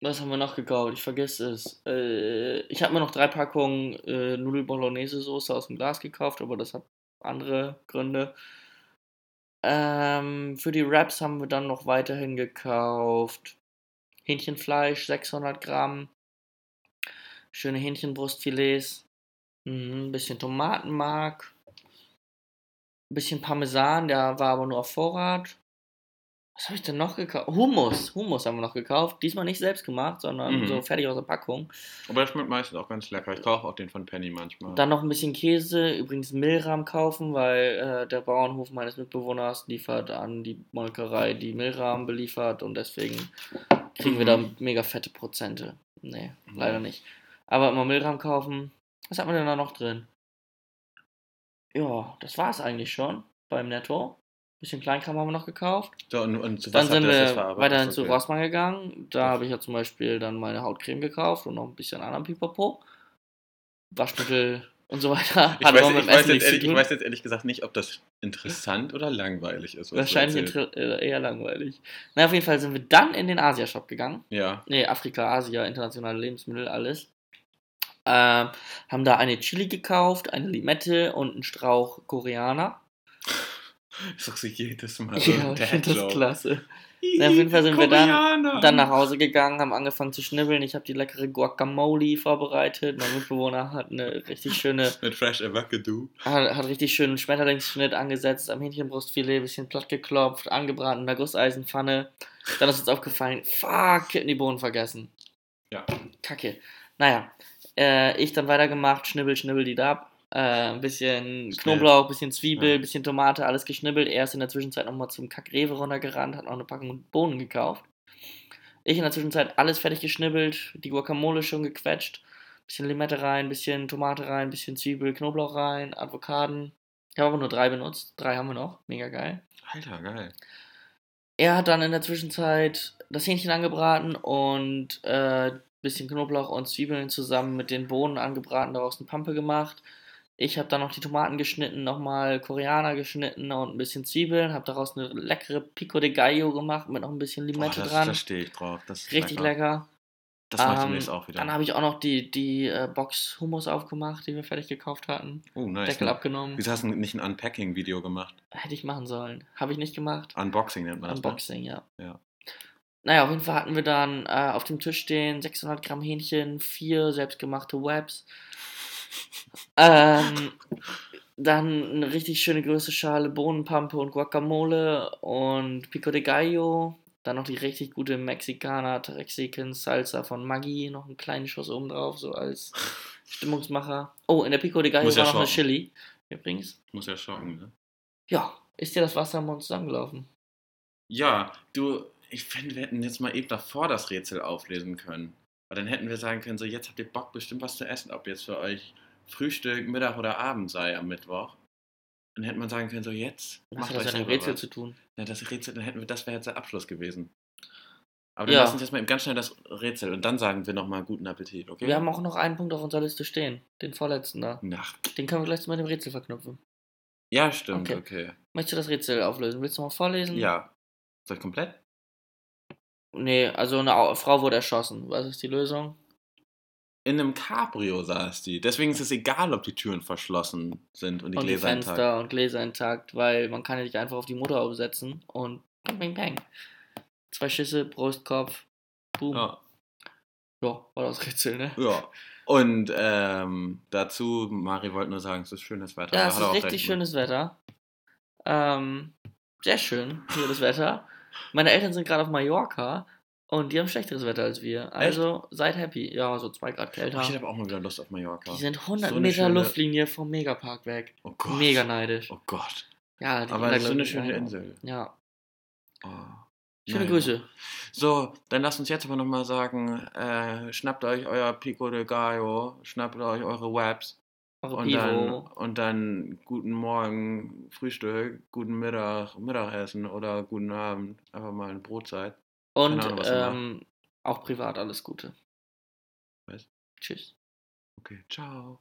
S2: was haben wir noch gekauft? Ich vergesse es. Äh, ich habe mir noch drei Packungen äh, Nudel Bolognese Soße aus dem Glas gekauft, aber das hat andere Gründe. Ähm, für die Wraps haben wir dann noch weiterhin gekauft. Hähnchenfleisch, 600 Gramm. Schöne Hähnchenbrustfilets. Mhm, ein bisschen Tomatenmark. Ein bisschen Parmesan, der war aber nur auf Vorrat. Was habe ich denn noch gekauft? Hummus. Hummus haben wir noch gekauft. Diesmal nicht selbst gemacht, sondern
S1: Mhm.
S2: so fertig aus der Packung.
S1: so. Aber das schmeckt meistens auch ganz lecker. Ich kaufe auch den von Penny manchmal.
S2: Dann noch ein bisschen Käse, übrigens Mehlrahm kaufen, weil äh, der Bauernhof meines Mitbewohners liefert an die Molkerei, die Mehlrahm beliefert und deswegen kriegen wir da
S1: Mhm.
S2: mega fette Prozente. Nee,
S1: Mhm.
S2: leider nicht. Aber immer Mehlrahm kaufen. Was hat man denn da noch drin? Ja, das war's eigentlich schon beim Netto. Bisschen Kleinkram haben wir noch gekauft.
S1: so, und, und zu
S2: Dann
S1: was habt
S2: sind
S1: ihr das jetzt
S2: wir
S1: verarbeitet?
S2: weiterhin
S1: Das
S2: zu
S1: okay.
S2: Rossmann gegangen. Da
S1: Das-
S2: habe ich ja zum Beispiel dann meine Hautcreme gekauft und noch ein bisschen anderen Pipapo. Waschmittel und so weiter.
S1: Ich weiß,
S2: auch
S1: ich, weiß jetzt
S2: dem Essen nichts zu
S1: ehrlich, ich
S2: tun.
S1: weiß jetzt ehrlich gesagt nicht, ob das interessant oder langweilig ist. was du
S2: Wahrscheinlich
S1: erzählst.
S2: inter- äh, eher langweilig. Na, auf jeden Fall sind wir dann in den Asia-Shop gegangen.
S1: Ja.
S2: Nee, Afrika, Asia, internationale Lebensmittel, alles. Ähm, haben da eine Chili gekauft, eine Limette und einen Strauch Koreaner.
S1: Ich sag sie jedes Mal.
S2: <laughs> ja, ich finde das klasse.
S1: Na,
S2: auf jeden Fall sind wir dann-
S1: dann,
S2: Dann nach Hause gegangen, haben angefangen zu schnibbeln. Ich habe die leckere Guacamole vorbereitet. Mein Mitbewohner hat eine richtig schöne,
S1: Mit Fresh Avocado.
S2: hat, hat richtig schönen Schmetterlingsschnitt angesetzt, am Hähnchenbrustfilet, bisschen platt geklopft, angebraten in der Gusseisenpfanne. Dann ist uns aufgefallen, fuck, hätten die Bohnen vergessen.
S1: Ja.
S2: Kacke. Naja, äh, ich dann weitergemacht, schnibbel, schnibbel die da. Äh, ein bisschen
S1: Schnell.
S2: Knoblauch, bisschen Zwiebel,
S1: Ja.
S2: bisschen Tomate, alles geschnibbelt. Er ist in der Zwischenzeit nochmal zum Kackrewe runtergerannt, hat noch eine Packung Bohnen gekauft. Ich in der Zwischenzeit alles fertig geschnibbelt, die Guacamole schon gequetscht. Bisschen Limette rein, bisschen Tomate rein, bisschen Zwiebel, Knoblauch rein, Avocaden. Ich habe aber nur drei benutzt. Drei haben wir noch. Mega geil.
S1: Alter, geil.
S2: Er hat dann in der Zwischenzeit das Hähnchen angebraten und äh, bisschen Knoblauch und Zwiebeln zusammen mit den Bohnen angebraten, daraus eine Pampe gemacht. Ich habe dann noch die Tomaten geschnitten, nochmal Koreaner geschnitten und ein bisschen Zwiebeln. Habe daraus eine leckere Pico de Gallo gemacht mit noch ein bisschen
S1: Boah,
S2: Limette
S1: Oh, das,
S2: dran.
S1: da stehe ich drauf. Das ist
S2: Richtig lecker.
S1: Das mache ich
S2: Ähm,
S1: demnächst auch wieder.
S2: Dann habe ich auch noch die, die äh, Box Hummus aufgemacht, die wir fertig gekauft hatten.
S1: oh, nice.
S2: Deckel
S1: ne?
S2: abgenommen.
S1: Wieso hast du nicht ein Unpacking-Video gemacht?
S2: Hätte ich machen sollen. Habe ich nicht gemacht.
S1: Unboxing nennt man das. ne?
S2: Unboxing, ja.
S1: Ja.
S2: Naja, auf jeden Fall hatten wir dann äh, auf dem Tisch stehen 600 Gramm Hähnchen, vier selbstgemachte Webs. Ähm, dann eine richtig schöne Größe Schale Bohnenpampe und Guacamole und Pico de Gallo. Dann noch die richtig gute Mexikaner Texican Salsa von Maggi. Noch einen kleinen Schuss oben drauf, so als Stimmungsmacher. Oh, in der Pico de Gallo
S1: Muss ja
S2: war noch eine
S1: schauen.
S2: Chili. Übrigens.
S1: Ne? Muss ja schocken, ne?
S2: Ja, ist dir das Wasser im Mund zusammengelaufen?
S1: Ja, du, ich finde, wir hätten jetzt mal eben davor das Rätsel auflesen können. Weil dann hätten wir sagen können, so jetzt habt ihr Bock, bestimmt was zu essen, ob jetzt für euch Frühstück, Mittag oder Abend sei am Mittwoch. Dann hätte man sagen können, so jetzt
S2: Was
S1: macht
S2: hat das
S1: euch
S2: mit dem
S1: selber
S2: Rätsel
S1: was.
S2: zu tun?
S1: Na, das Rätsel, dann hätten wir, das wäre jetzt der Abschluss gewesen. Aber dann
S2: Ja.
S1: lass uns jetzt mal eben ganz schnell das Rätsel und dann sagen wir nochmal guten Appetit, okay?
S2: Wir haben auch noch einen Punkt auf unserer Liste stehen. Den vorletzten da.
S1: Nach.
S2: Den können wir gleich mit dem Rätsel verknüpfen.
S1: Ja, stimmt,
S2: Okay. Mhm.
S1: okay.
S2: Möchtest du das Rätsel auflösen? Willst du mal vorlesen?
S1: Ja. Soll ich komplett?
S2: Nee, also eine Au- Frau wurde erschossen. Was ist die Lösung?
S1: In einem Cabrio saß die. Deswegen ist es egal, ob die Türen verschlossen sind und die
S2: und die
S1: Gläser
S2: Fenster
S1: intakt.
S2: und Gläser intakt, weil man kann ja nicht einfach auf die Motorhaube setzen und bang, bang, bang. Zwei Schüsse, Brustkopf, boom. Ja,
S1: Ja,
S2: war das Rätsel, ne?
S1: ja. Und ähm, dazu, Mari wollte nur sagen, es ist schönes Wetter.
S2: Ja,
S1: Da Äh,
S2: es
S1: hat er
S2: ist
S1: auch recht
S2: richtig
S1: ne? mit.
S2: schönes Wetter. Ähm, sehr schön hier das Wetter. Meine Eltern sind gerade auf Mallorca und die haben schlechteres Wetter als wir. Also seid happy. Ja, so zwei Grad
S1: Oh,
S2: kälter.
S1: ich habe auch mal wieder Lust auf Mallorca.
S2: Die sind 100
S1: So eine
S2: Meter
S1: schöne-
S2: Luftlinie vom Megapark weg.
S1: Oh Gott.
S2: Mega neidisch.
S1: Oh Gott.
S2: Ja, die
S1: Aber
S2: gehen da,
S1: so
S2: glaub
S1: eine
S2: ich,
S1: schöne
S2: rein.
S1: Insel.
S2: Ja,
S1: Oh.
S2: schöne
S1: Naja.
S2: Grüße.
S1: So, dann lasst uns jetzt aber nochmal sagen, äh, schnappt euch euer Pico de Gallo, schnappt euch eure Webs
S2: Eure
S1: und dann,
S2: Pivo.
S1: und dann guten Morgen, Frühstück, guten Mittag, Mittagessen oder guten Abend. Einfach mal eine Brotzeit.
S2: Und
S1: Ahnung, was ihr
S2: ähm, auch privat alles Gute.
S1: Was?
S2: Tschüss.
S1: Okay, ciao.